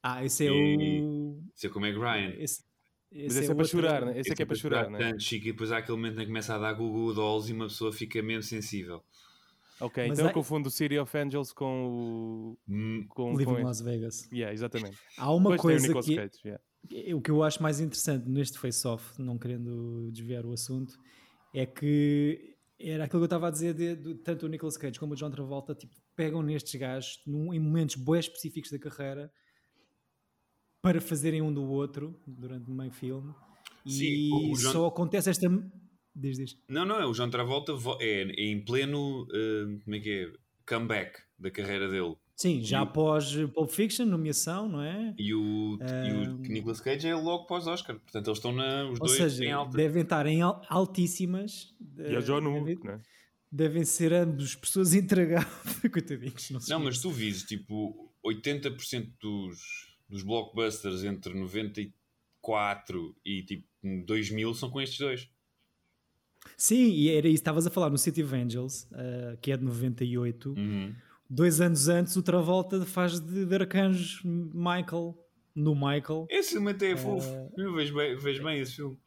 Speaker 2: Ah, esse é
Speaker 3: E-
Speaker 2: o.
Speaker 3: Sei como é que Ryan.
Speaker 2: Esse,
Speaker 4: Mas esse é, para
Speaker 2: outro-
Speaker 4: chorar, né? esse é que é para chorar, né?
Speaker 3: Tanto chique, e depois há aquele momento em que começa a dar Google Dolls e uma pessoa fica mesmo sensível.
Speaker 4: Ok,
Speaker 2: é. Mas
Speaker 4: então
Speaker 2: há-
Speaker 4: eu confundo o City of Angels com o.
Speaker 3: Hum,
Speaker 4: com,
Speaker 2: Living
Speaker 4: com
Speaker 2: em
Speaker 4: este.
Speaker 2: Um Las Vegas.
Speaker 4: Yeah, exatamente.
Speaker 2: Há uma
Speaker 4: Depois tem o
Speaker 2: coisa
Speaker 4: Nicolas
Speaker 2: que
Speaker 4: Cage, yeah.
Speaker 2: é- o que eu acho mais interessante neste face-off, não querendo desviar o assunto, é que era aquilo que eu estava a dizer de, do- tanto o Nicolas Cage como o John Travolta tipo, pegam nestes gajos num- em momentos bem específicos da carreira para fazerem um do outro durante meio filme
Speaker 3: Sim, o-
Speaker 2: e
Speaker 3: o John-
Speaker 2: só acontece esta diz, diz.
Speaker 3: Não, não, é o John Travolta vo- é, é em pleno eh, como é que é? comeback da carreira dele.
Speaker 2: sim, já
Speaker 3: E o-
Speaker 2: após Pulp Fiction, nomeação, não é?
Speaker 3: E o, e o
Speaker 2: Ahm.
Speaker 3: Nicolas Cage é logo pós-Oscar. Portanto, eles estão na, os
Speaker 2: Ou
Speaker 3: dois
Speaker 2: seja,
Speaker 3: em alta.
Speaker 2: devem estar em al- altíssimas eh,
Speaker 4: E é o John
Speaker 2: devem-
Speaker 4: Wook, né?
Speaker 2: devem ser ambos pessoas entregáveis. Coitadinhos, não sei.
Speaker 3: Não, mas tu vises, tipo, 80% dos, dos blockbusters entre 94 e tipo 2000 são com estes dois.
Speaker 2: Sim, e era isso. Estavas a falar no City of Angels, eh, que é de 98.
Speaker 3: Uhum.
Speaker 2: Dois anos antes, o Travolta faz de, de arcanjo Michael, no Michael.
Speaker 3: Esse filme até é fofo. Eu vejo bem, vejo bem esse filme.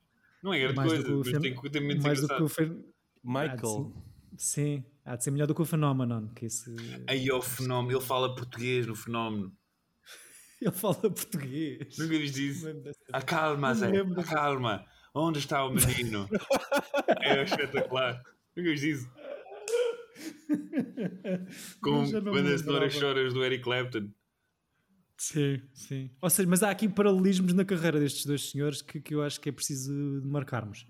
Speaker 3: Não é grande
Speaker 2: Ah. Mais
Speaker 3: coisa,
Speaker 2: do que o
Speaker 3: mas
Speaker 2: filme-
Speaker 3: tem, que- tem momentos
Speaker 2: mais do que o
Speaker 3: engraçados.
Speaker 2: fen...
Speaker 4: Michael.
Speaker 2: Sim, há de ser melhor do que o Phenomenon. Que esse...
Speaker 3: Aí ó, o fenómeno, ele fala português no fenómeno.
Speaker 2: Ele fala português. assim.
Speaker 3: Nunca lhes disse.
Speaker 2: Lembro dessa-
Speaker 3: Acalma, Zé,
Speaker 2: lembro.
Speaker 3: acalma. Onde está o menino? é espetacular. é Nunca lhes disse. Com
Speaker 2: Eu já não me
Speaker 3: bandas sonoras
Speaker 2: lembrava.
Speaker 3: choras do Eric Clapton.
Speaker 2: Sim, sim. Ou seja, mas há aqui paralelismos na carreira destes dois senhores que, que eu acho que é preciso de marcarmos.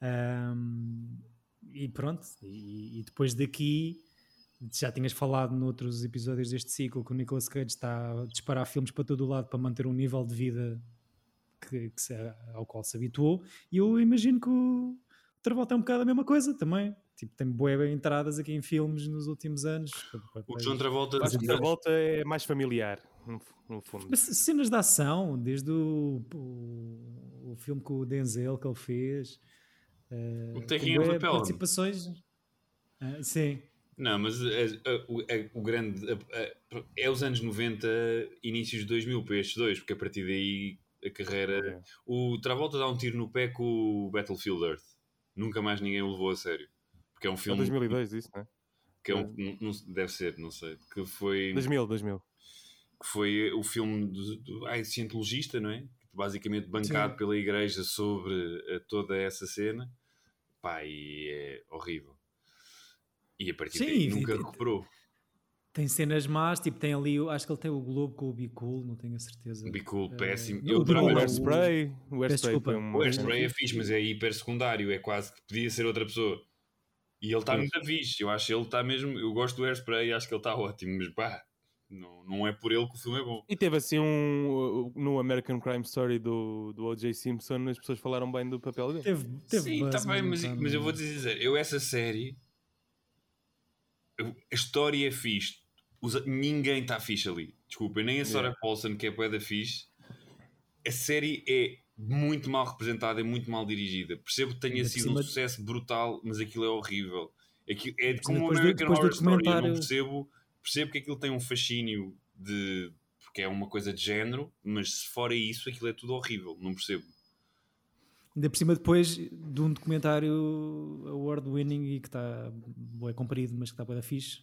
Speaker 2: Ahm, e pronto, e, e depois daqui já tinhas falado noutros episódios deste ciclo que o Nicolas Cage está a disparar filmes para todo o lado para manter um nível de vida que, que se- ao qual se habituou. E eu imagino que o Travolta é um bocado a mesma coisa também. Tipo, tem boé entradas aqui em filmes nos últimos anos.
Speaker 3: O John Travolta.
Speaker 4: Acho que a volta é mais familiar, no, no fundo.
Speaker 2: Mas cenas de ação, desde o, o, o filme com o Denzel que ele fez. eh,
Speaker 3: O que tem
Speaker 2: com
Speaker 3: quem é o
Speaker 2: bué
Speaker 3: papel?
Speaker 2: Participações. Ah, sim.
Speaker 3: Não, mas é- é- o, é- o grande. é- é os anos 90, inícios de 2000 para estes dois, porque a partir daí a carreira.
Speaker 4: Ok.
Speaker 3: O Travolta dá um tiro no pé com o Battlefield Earth. Nunca mais ninguém o levou a sério. Porque é um
Speaker 4: É
Speaker 3: filme.
Speaker 4: 2002, isso, né?
Speaker 3: que é um- não- não- deve ser, não sei. Que foi,
Speaker 4: 2000, 2000.
Speaker 3: que foi o filme do, do ai, cientologista, não é? Basicamente bancado
Speaker 2: Sim.
Speaker 3: pela igreja sobre eh, toda essa cena. Pá, e é horrível. E a partir
Speaker 2: Sim,
Speaker 3: daí
Speaker 2: e-
Speaker 3: nunca
Speaker 2: e-
Speaker 3: recuperou.
Speaker 2: Tem cenas más, tipo, tem ali, o- acho que ele tem o Globo com o Bicul, não tenho a certeza.
Speaker 3: Be cool,
Speaker 2: Eh,
Speaker 3: péssimo.
Speaker 2: não,
Speaker 3: Eu
Speaker 2: o Be
Speaker 4: O
Speaker 2: Cool
Speaker 3: adorava
Speaker 2: é
Speaker 3: esse
Speaker 2: o-
Speaker 4: Airspray. O Airspray
Speaker 2: desculpa.
Speaker 4: foi um.
Speaker 3: O Airspray é fixe, mas é hiper secundário, é quase que podia ser outra pessoa. E ele está
Speaker 4: Pois.
Speaker 3: muito fixe, eu acho ele está mesmo. Eu gosto do Airspray, acho que ele está ótimo, mas pá, não, não é por ele que o filme é bom.
Speaker 4: E teve assim um. No American Crime Story do, do O.J. Simpson, as pessoas falaram bem do papel dele.
Speaker 2: Teve, teve
Speaker 3: Sim,
Speaker 2: buzz,
Speaker 3: está bem,
Speaker 2: não
Speaker 3: mas,
Speaker 2: tá
Speaker 3: mas eu
Speaker 2: no-
Speaker 3: vou te dizer, eu essa série. eu- a história é fixe, os- ninguém está fixe ali. Desculpa, nem a Sarah Paulson, que é poeda fixe. A série é muito mal representada, é muito mal dirigida. Percebo que tenha
Speaker 2: Ainda por
Speaker 3: sido
Speaker 2: cima-
Speaker 3: um sucesso brutal, mas aquilo é horrível. Aquilo, é como
Speaker 2: depois
Speaker 3: o
Speaker 2: do-
Speaker 3: American
Speaker 2: depois do
Speaker 3: Horror Story. Eu não
Speaker 2: documentário-
Speaker 3: percebo, percebo que aquilo tem um fascínio de. porque é uma coisa de género, mas se fora isso, aquilo é tudo horrível. Não percebo.
Speaker 2: Ainda por cima, depois de um documentário award-winning e que está é comprido, mas que está bem fixe.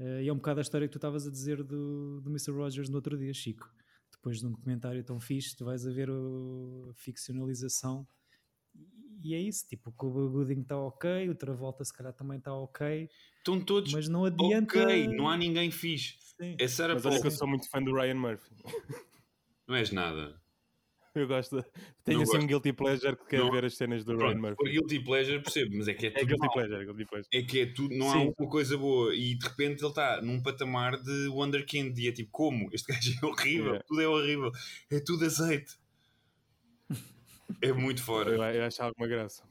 Speaker 2: Eh, E é um bocado a história que tu estavas a dizer do, do Mr. Rogers no outro dia, Chico. Depois de um documentário tão fixe, tu vais a ver o- a ficcionalização. E é isso, tipo, o Cuba Gooding está ok, o Travolta se calhar também está ok,
Speaker 3: Estão todos
Speaker 2: mas não adianta.
Speaker 3: Ok, não há ninguém fixe.
Speaker 2: Sim.
Speaker 3: É Sarah
Speaker 4: Mas olha que eu
Speaker 3: Paulson.
Speaker 4: sou muito fã do Ryan Murphy.
Speaker 3: Não és nada.
Speaker 4: Eu gosto. Tenho assim um
Speaker 3: gosto.
Speaker 4: guilty pleasure que quero
Speaker 3: Não.
Speaker 4: ver as cenas do Ryan
Speaker 3: Pronto,
Speaker 4: Murphy.
Speaker 3: por guilty pleasure percebo, mas é que é
Speaker 4: É
Speaker 3: tudo
Speaker 4: guilty
Speaker 3: mau.
Speaker 4: pleasure, guilty pleasure.
Speaker 3: É que é tudo, não há
Speaker 4: Sim.
Speaker 3: uma coisa boa. E de repente ele está num patamar de Wonderkind e é tipo, como? Este gajo é horrível,
Speaker 4: Yeah.
Speaker 3: tudo é horrível, é tudo azeite. é muito fora.
Speaker 4: Eu, eu acho alguma graça.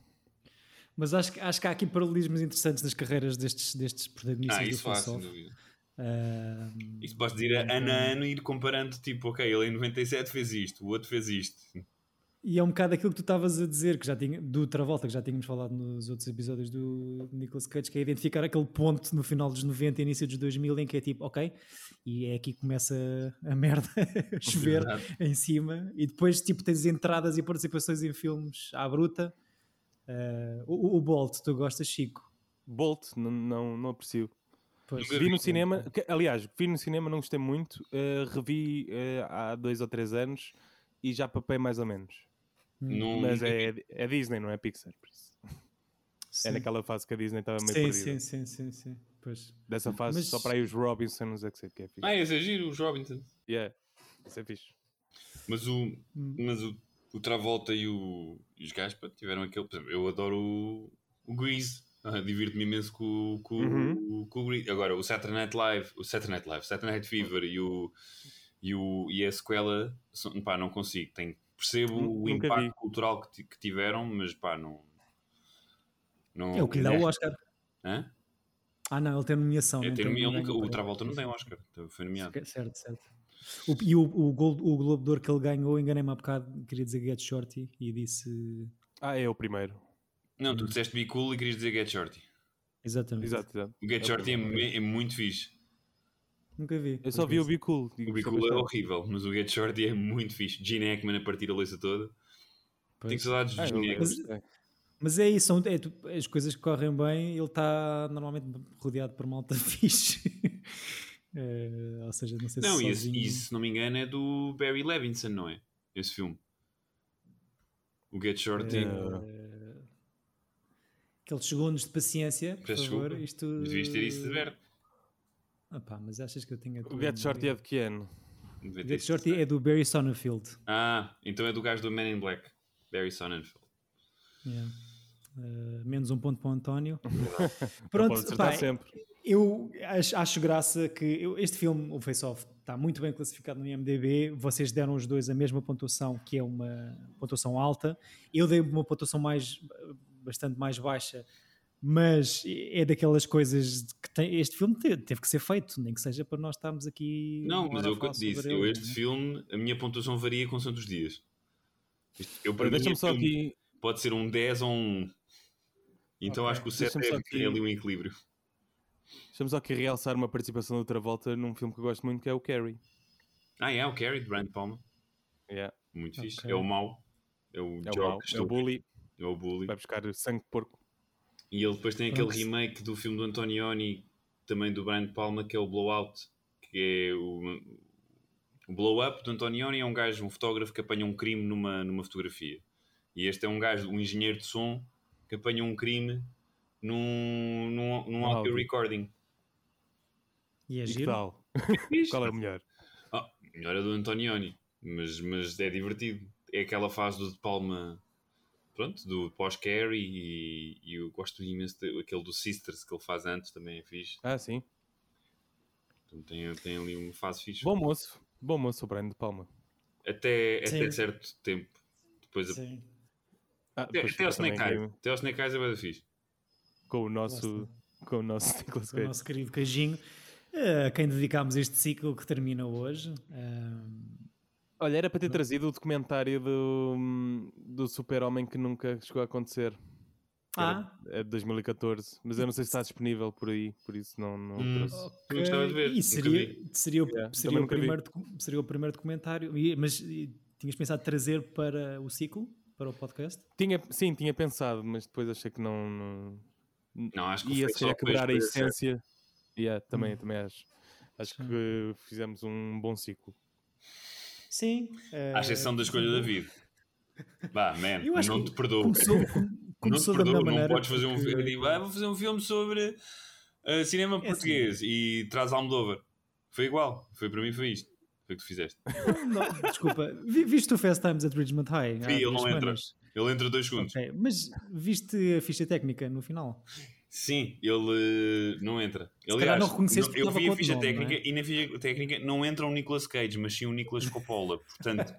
Speaker 2: Mas acho, que- acho que há aqui paralelismos interessantes nas carreiras destes, destes protagonistas
Speaker 4: é
Speaker 3: Ah,
Speaker 2: do
Speaker 3: isso faz, sem
Speaker 2: Face-Off.
Speaker 3: dúvida.
Speaker 2: Ahm,
Speaker 3: Isso basta ir a ano a ano e ir comparando, tipo, ok, ele em 97 fez isto, o outro fez isto.
Speaker 2: e é um bocado aquilo que tu estavas a dizer, que já tinha, do Travolta, que já tínhamos falado nos outros episódios do Nicolas Cage, que é identificar aquele ponto no final dos 90 e início dos 2000 em que é tipo, ok, e é aqui que começa a merda a chover
Speaker 3: Verdade.
Speaker 2: em cima, e depois tipo tens entradas e participações em filmes à bruta. Ah, o, o Bolt, tu gostas, Chico?
Speaker 4: Bolt, não, não, não aprecio.
Speaker 2: Pois.
Speaker 3: Nunca
Speaker 4: Vi no cinema, que- aliás, vi no cinema, não gostei muito. eh, revi eh, há dois ou três anos e já papei mais ou menos.
Speaker 3: Não-
Speaker 4: Mas é, é Disney, não é Pixar. por isso.
Speaker 2: Sim.
Speaker 4: É naquela fase que a Disney estava meio
Speaker 2: sim,
Speaker 4: perdida.
Speaker 2: sim, sim, sim, sim. Pois.
Speaker 4: Dessa fase,
Speaker 2: Mas-
Speaker 4: só para aí os Robinsons é que sei que é fixe.
Speaker 3: Ah, esse é giro, o Robinson.
Speaker 4: Yeah, isso é fixe.
Speaker 3: Mas o, mas o, o Travolta e, o, e os Gaspa tiveram aquele. por exemplo, Eu adoro o, o Grease. Ah, Divirto-me imenso com, com,
Speaker 4: Uhum.
Speaker 3: com o Grease. Agora, o Saturday Night Live, o Saturday Night Live, Saturday Night Fever e, o, e, o, e a sequela, são- pá, não consigo. Tenho- percebo o
Speaker 4: Nunca
Speaker 3: impacto
Speaker 4: vi.
Speaker 3: cultural que, ti- que tiveram, mas pá, não. não
Speaker 2: É o que lhe dá o Oscar.
Speaker 3: Hã?
Speaker 2: Ah, não, ele tem nomeação.
Speaker 3: É
Speaker 2: não
Speaker 3: ter
Speaker 2: tem-
Speaker 3: nome-
Speaker 2: não
Speaker 3: ele
Speaker 2: ganha
Speaker 3: nunca- o
Speaker 2: prémio.
Speaker 3: Travolta não tem Oscar, então foi nomeado.
Speaker 2: Certo, Certo, certo. O- e o, o, gol- o Globo de Ouro que ele ganhou, enganei-me há bocado, queria dizer Get Shorty e disse.
Speaker 4: Ah, é o primeiro.
Speaker 3: Não, tu disseste Be Cool e querias dizer Get Shorty.
Speaker 2: Exatamente.
Speaker 4: Exato, exato.
Speaker 3: O Get
Speaker 4: É o
Speaker 3: Shorty é,
Speaker 4: primeiro.
Speaker 3: me- é muito fixe.
Speaker 2: Nunca vi.
Speaker 4: Eu só vi o
Speaker 2: Bico.
Speaker 4: Bicool.
Speaker 3: é O Bicula é horrível, mas o Get Shorty é muito fixe. Gene Hackman a partir a lista toda. Tenho saudades do
Speaker 4: Ah, é
Speaker 3: Gene Hackman.
Speaker 2: Mas- Mas é isso, são, é tu- as coisas que correm bem, ele está normalmente rodeado por malta fixe. Eh, ou seja, não sei
Speaker 3: Não,
Speaker 2: se.
Speaker 3: e esse-
Speaker 2: sozinho-
Speaker 3: e se não me engano é do Barry Levinson, não é? Esse filme. O é- Get Shorty.
Speaker 2: Eh, é, Aqueles segundos de paciência, por
Speaker 3: Peço
Speaker 2: favor.
Speaker 3: desculpa,
Speaker 2: Isto...
Speaker 3: Devias ter isso de ver.
Speaker 2: Ah pá, mas achas que eu tenho a
Speaker 4: O Get Shorty é de que ano?
Speaker 3: Devia ter
Speaker 2: Get
Speaker 3: isso
Speaker 2: Shorty
Speaker 3: de ver.
Speaker 2: é do Barry Sonnenfeld.
Speaker 3: Ah, então é do gajo do Men in Black. Barry Sonnenfeld.
Speaker 2: Yeah. Uh, menos um ponto para o António.
Speaker 4: Não
Speaker 2: Pronto,
Speaker 4: pode acertar
Speaker 2: pá,
Speaker 4: sempre.
Speaker 2: eu acho, acho graça que eu- este filme, o Face Off, está muito bem classificado no IMDb. Vocês deram os dois a mesma pontuação, que é uma pontuação alta. Eu dei uma pontuação mais, bastante mais baixa, mas é daquelas coisas de que tem- este filme te- teve que ser feito, nem que seja para nós estarmos aqui.
Speaker 3: Não,
Speaker 2: uma
Speaker 3: mas
Speaker 2: hora
Speaker 3: eu
Speaker 2: a falar
Speaker 3: quando disse,
Speaker 2: sobre
Speaker 3: eu
Speaker 2: ele,
Speaker 3: este
Speaker 2: não é?
Speaker 3: filme, a minha pontuação varia com Santos Dias. Isto- Eu para mim,
Speaker 4: Deixa-me
Speaker 3: este
Speaker 4: só
Speaker 3: filme
Speaker 4: aqui.
Speaker 3: pode ser um 10 ou um 1. Então
Speaker 2: Ok,
Speaker 3: acho que o 7
Speaker 4: deixa-me só
Speaker 3: é,
Speaker 4: aqui-
Speaker 3: tem ali um equilíbrio.
Speaker 4: Deixa-me só aqui realçar uma participação de outra volta num filme que eu gosto muito, que é o Carrie.
Speaker 3: Ah, é, o Carrie de Brand Palmer.
Speaker 4: Yeah,
Speaker 3: Muito
Speaker 2: Ok.
Speaker 3: fixe. É o mau. É o
Speaker 4: é, o
Speaker 3: Joe
Speaker 4: mau, é o bully,
Speaker 3: É o bully.
Speaker 4: vai buscar sangue de porco.
Speaker 3: E ele depois tem aquele
Speaker 2: Pronto.
Speaker 3: remake do filme do Antonioni, também do Brian De Palma, que é o Blowout. Que é o, o blow-up do Antonioni é um gajo, um fotógrafo que apanha um crime numa, numa fotografia. E este é um gajo, um engenheiro de som, que apanha um crime num, num, num
Speaker 4: Um
Speaker 3: audio
Speaker 4: áudio.
Speaker 3: recording.
Speaker 2: E é
Speaker 4: E que
Speaker 2: giro.
Speaker 4: tal? Qual é o melhor?
Speaker 3: Ah, melhor é do Antonioni, mas, mas é divertido. É aquela fase do De Palma, pronto, do pós-Carrie e, e eu gosto imenso daquele do Sisters que ele faz antes, também é fixe.
Speaker 4: Ah, sim.
Speaker 3: Então tem, tem ali uma fase fixe.
Speaker 4: Bom moço. Bom moço, o Brian de Palma.
Speaker 3: até, até
Speaker 2: Sim.
Speaker 3: certo tempo. Depois a-
Speaker 2: Sim.
Speaker 4: Ah,
Speaker 3: até,
Speaker 4: pois,
Speaker 3: até ao
Speaker 4: também
Speaker 3: Snake Eyes.
Speaker 4: com-
Speaker 3: Até ao Snake Eyes é bem fixe.
Speaker 4: Com o nosso. Com o nosso Nicolas
Speaker 2: o
Speaker 4: Cage.
Speaker 2: nosso querido queijinho, eh, a quem dedicámos este ciclo que termina hoje. Eh, Ahm,
Speaker 4: Olha, era para ter trazido o documentário do, do super-homem que nunca chegou a acontecer. que era-
Speaker 2: ah,
Speaker 4: É de 2014, mas eu não sei se está disponível por aí, por isso não, não
Speaker 2: um
Speaker 3: Hum.
Speaker 4: trouxe.
Speaker 2: ok.
Speaker 3: gostava de ver,
Speaker 2: E
Speaker 3: nunca
Speaker 2: seria,
Speaker 3: vi.
Speaker 2: seria, o-
Speaker 4: Yeah,
Speaker 2: seria,
Speaker 4: também
Speaker 2: o
Speaker 4: nunca vi.
Speaker 2: primeiro, docu- seria o primeiro documentário, E- mas e, tinhas pensado trazer para o ciclo, para o podcast?
Speaker 4: Tinha, sim, tinha pensado, mas depois achei que não. não...
Speaker 3: Não, acho que
Speaker 4: Ia
Speaker 3: foi
Speaker 4: se
Speaker 2: é
Speaker 4: calhar
Speaker 3: só para
Speaker 4: quebrar a
Speaker 3: este-
Speaker 4: essência. Yeah,
Speaker 2: Hum.
Speaker 4: também, também acho. Acho que fizemos um bom ciclo.
Speaker 2: Sim.
Speaker 3: À
Speaker 2: Eh,
Speaker 3: exceção da escolha da vida. Vá, man,
Speaker 2: Eu acho
Speaker 3: não
Speaker 2: que
Speaker 3: te perdoo.
Speaker 2: Começou, com- começou
Speaker 3: não te
Speaker 2: da melhor
Speaker 3: perdoo, não
Speaker 2: maneira.
Speaker 3: podes fazer um
Speaker 2: porque-
Speaker 3: filme. Digo, ah, vou fazer um filme sobre ah, cinema
Speaker 2: assim.
Speaker 3: português e traz Almodóvar. Foi igual, foi para mim foi isto. Foi o que tu fizeste.
Speaker 2: Não, desculpa, Vi- viste o Fast Times at Ridgemont High? há
Speaker 3: Vi, ele
Speaker 2: duas
Speaker 3: não entra.
Speaker 2: semanas?
Speaker 3: Ele entra dois segundos.
Speaker 2: Ok, Mas viste a ficha técnica no final?
Speaker 3: Sim, ele eh, não entra.
Speaker 2: calhar
Speaker 3: Aliás,
Speaker 2: não reconheceste
Speaker 3: não-
Speaker 2: porque
Speaker 3: eu
Speaker 2: estava
Speaker 3: vi
Speaker 2: com
Speaker 3: a
Speaker 2: outro
Speaker 3: ficha
Speaker 2: nome, não é?
Speaker 3: técnica e na ficha técnica não entra o Nicolas Cage, mas sim o Nicolas Coppola. Portanto,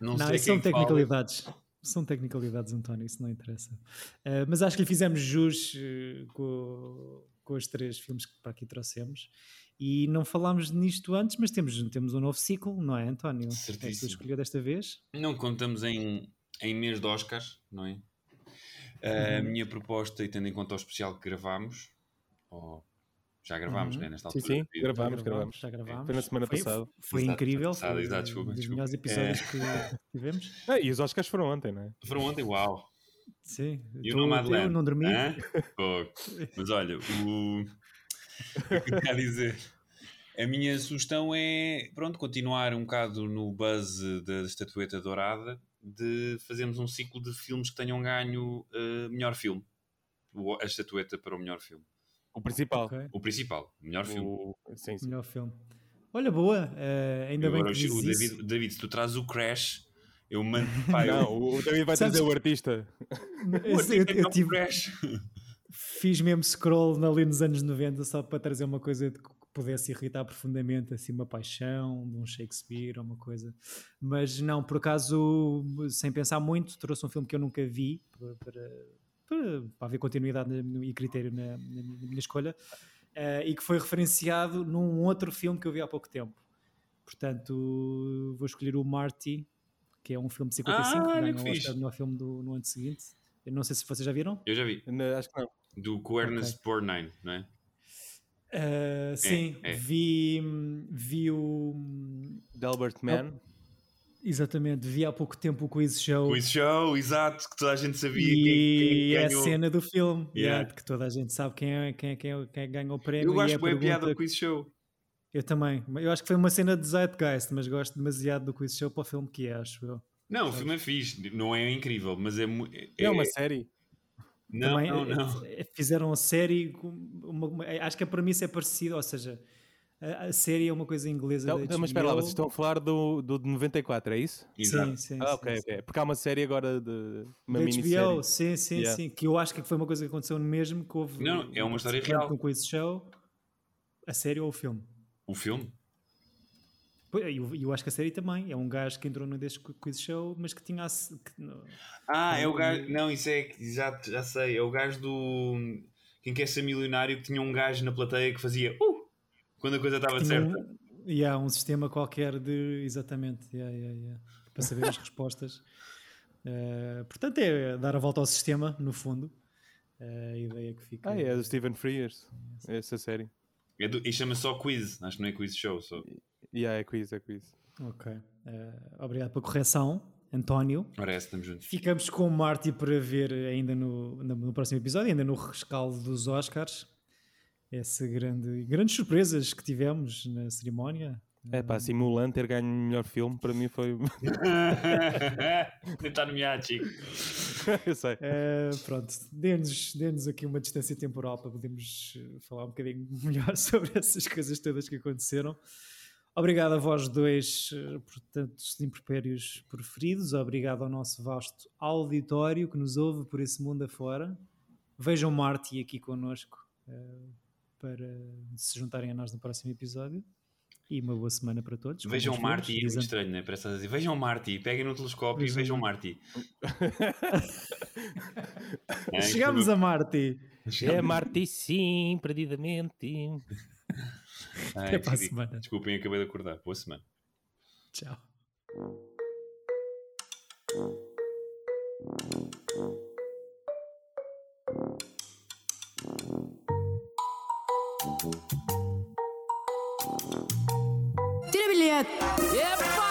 Speaker 3: não,
Speaker 2: Não,
Speaker 3: sei
Speaker 2: isso é um são
Speaker 3: quem fala.
Speaker 2: tecnicalidades. São tecnicalidades, António, isso não interessa. Eh, mas acho que lhe fizemos jus eh, com, com os três filmes que para aqui trouxemos. E não falámos nisto antes, mas temos, temos um novo ciclo, não é, António? É a tua
Speaker 3: Certíssimo.
Speaker 2: escolha desta vês?
Speaker 3: Não contamos em, em mês de Oscars, não é? A
Speaker 4: Uhum.
Speaker 3: minha proposta, e tendo em conta o especial que gravámos, ou já gravámos,
Speaker 2: Uhum.
Speaker 3: né? Nesta
Speaker 4: Sim,
Speaker 3: altura.
Speaker 4: sim,
Speaker 3: devia-
Speaker 4: gravámos,
Speaker 2: Já
Speaker 4: gravámos.
Speaker 2: Já gravámos.
Speaker 4: Foi na semana
Speaker 2: Foi-
Speaker 4: passada.
Speaker 2: Foi
Speaker 3: Exato,
Speaker 2: incrível.
Speaker 3: passada,
Speaker 2: Foi
Speaker 3: exato, desculpa,
Speaker 2: um dos
Speaker 3: desculpa. É.
Speaker 2: melhores episódios que tivemos.
Speaker 4: Ah, e os Oscars foram ontem, não é?
Speaker 3: Foram ontem, uau!
Speaker 2: Sim.
Speaker 3: E o
Speaker 2: Tu-
Speaker 3: Nomadland? né?
Speaker 2: eu não dormi.
Speaker 3: Hã? Fogo. Mas olha, o... o que eu quero dizer? A minha sugestão é, pronto, continuar um bocado no buzz da estatueta dourada de fazermos um ciclo de filmes que tenham ganho eh, melhor filme. O- A estatueta para o melhor filme.
Speaker 4: O principal.
Speaker 2: Ok.
Speaker 3: O principal, o melhor filme.
Speaker 4: O... Sim, sim.
Speaker 2: Melhor filme. Olha, boa. eh, ainda bem
Speaker 3: Agora,
Speaker 2: que
Speaker 3: o Chico-
Speaker 2: dizes
Speaker 3: o
Speaker 2: isso.
Speaker 3: David, David, se tu trazes o Crash, eu mando... Pá, Ah, eu-
Speaker 4: Não, o o David vai
Speaker 2: Sabes-
Speaker 4: trazer o artista.
Speaker 2: Eu-
Speaker 3: Pô, tem
Speaker 2: eu-
Speaker 3: que
Speaker 2: eu
Speaker 3: ter um
Speaker 2: tive-
Speaker 3: Crash.
Speaker 2: fiz mesmo scroll ali nos anos 90 só para trazer uma coisa de que pudesse irritar profundamente, assim, uma paixão de um Shakespeare ou uma coisa. Mas não, por acaso, sem pensar muito, trouxe um filme que eu nunca vi para, para, para, para haver continuidade na- e critério na, na minha na minha escolha eh, e que foi referenciado num outro filme que eu vi há pouco tempo. Portanto, vou escolher o Marty, que é um filme de 55
Speaker 3: Ah,
Speaker 2: que
Speaker 3: olha
Speaker 2: ganhou
Speaker 3: que
Speaker 2: o
Speaker 3: fixe.
Speaker 2: Oscar no melhor filme do, no ano seguinte. Eu não sei se vocês já viram.
Speaker 3: Eu já vi.
Speaker 4: Não, Acho que não.
Speaker 3: Do com o Ernest Borgnine, não é?
Speaker 2: Uh, sim,
Speaker 3: é.
Speaker 2: vi, vi o.
Speaker 4: De
Speaker 2: É
Speaker 4: Albert Mann.
Speaker 2: Exatamente, vi há pouco tempo o Quiz Show
Speaker 3: Quiz Show, exato, que toda a gente sabia
Speaker 2: Oh. e
Speaker 3: quem, quem
Speaker 2: é a
Speaker 3: ganhou.
Speaker 2: cena do filme,
Speaker 3: Yeah.
Speaker 2: é, de que toda a gente sabe quem, é, quem, é- quem, é- quem é que ganhou o prémio.
Speaker 3: Eu
Speaker 2: e
Speaker 3: gosto
Speaker 2: é a
Speaker 3: bem a piada
Speaker 2: pergunta-
Speaker 3: do Quiz Show.
Speaker 2: Eu também, eu acho que foi uma cena de Zeitgeist, mas gosto demasiado do Quiz Show para o filme que é, acho eu.
Speaker 3: Não, o filme é fixe, não é incrível, mas é mu- é-
Speaker 4: É uma
Speaker 3: é-
Speaker 4: série.
Speaker 3: Não,
Speaker 2: também
Speaker 3: não,
Speaker 2: eh,
Speaker 3: não.
Speaker 2: eh, fizeram a série. com uma- uma- acho que a premissa é parecida, ou seja, a, a série é uma coisa inglesa.
Speaker 4: Então,
Speaker 2: da
Speaker 4: então, mas espera lá,
Speaker 2: HBO.
Speaker 4: vocês estão a falar do, do de 94, é isso?
Speaker 3: Exato.
Speaker 2: Sim, sim.
Speaker 4: ah,
Speaker 2: sim,
Speaker 4: ok,
Speaker 2: sim.
Speaker 4: ok. Porque há uma série agora de. Uma
Speaker 2: Da
Speaker 4: minissérie.
Speaker 2: HBO, sim, sim,
Speaker 4: Yeah.
Speaker 2: sim. Que eu acho que foi uma coisa que aconteceu mesmo, que houve
Speaker 3: Não, é uma história
Speaker 2: participante
Speaker 3: real.
Speaker 2: num quiz show, a série ou o filme.
Speaker 3: O filme?
Speaker 2: Pois, E eu, eu acho que a série também. É um gajo que entrou num desses qu- quiz show, mas que tinha. a se- que no-
Speaker 3: Ah, é o
Speaker 2: Hum.
Speaker 3: gajo. Não, isso é. Exato, já sei. É o gajo do. Quem quer ser milionário que tinha um gajo na plateia que fazia. "Uh", quando a coisa estava
Speaker 2: tinha
Speaker 3: certa.
Speaker 2: um, yeah, um sistema qualquer de. Exatamente, yeah, yeah, yeah, para saber as respostas. Eh, portanto, é dar a volta ao sistema, no fundo. Eh, a ideia que fica.
Speaker 4: Ah, é do Stephen Frears. Essa série.
Speaker 3: É do- E chama só Quiz, acho que não é Quiz Show. Só.
Speaker 4: E yeah, é quiz, é quiz.
Speaker 2: Ok. Eh, obrigado pela correção, António.
Speaker 3: Parece, estamos juntos.
Speaker 2: Ficamos com o Marty para ver ainda no, no, no próximo episódio, ainda no rescaldo dos Oscars. Essa grande, grandes surpresas que tivemos na cerimónia.
Speaker 4: É pá, assim, Mulan ter ganho o melhor filme, para mim foi.
Speaker 3: Nem está nomeado, Chico.
Speaker 4: eu sei.
Speaker 2: Eh, pronto, dê-nos dê-nos aqui uma distância temporal para podermos eh, falar um bocadinho melhor sobre essas coisas todas que aconteceram. Obrigado a vós dois eh, por tantos impropérios preferidos. Obrigado ao nosso vasto auditório que nos ouve por esse mundo afora. Vejam Marte aqui connosco eh, para se juntarem a nós no próximo episódio. E uma boa semana para todos. Com
Speaker 3: Vejam
Speaker 2: bons
Speaker 3: Marty, é
Speaker 2: filmes,
Speaker 3: muito
Speaker 2: diz
Speaker 3: estranho, não é? Parece que estás a dizer. Vejam Marty, peguem no telescópio e
Speaker 2: Vejam
Speaker 3: vejam Marty. É,
Speaker 2: António. Chegamos a Marte!
Speaker 4: É Marti, sim, perdidamente.
Speaker 3: Ai,
Speaker 2: Até para a
Speaker 3: ridículo.
Speaker 2: semana.
Speaker 3: Desculpem, acabei de acordar. Boa semana.
Speaker 2: Tchau.
Speaker 1: Tira bilhete! Epa!